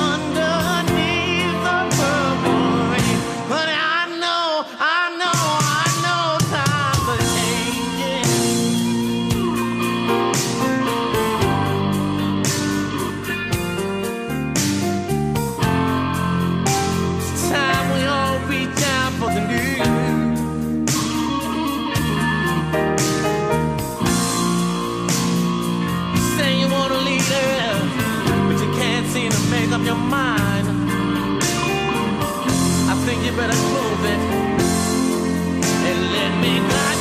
Speaker 4: underneath the purple rain, but I know, I know, I know times are changing. It's time we all reach out for the new. Say you want a leader, but you can't seem to make up your mind. I think you better prove it and let me guide.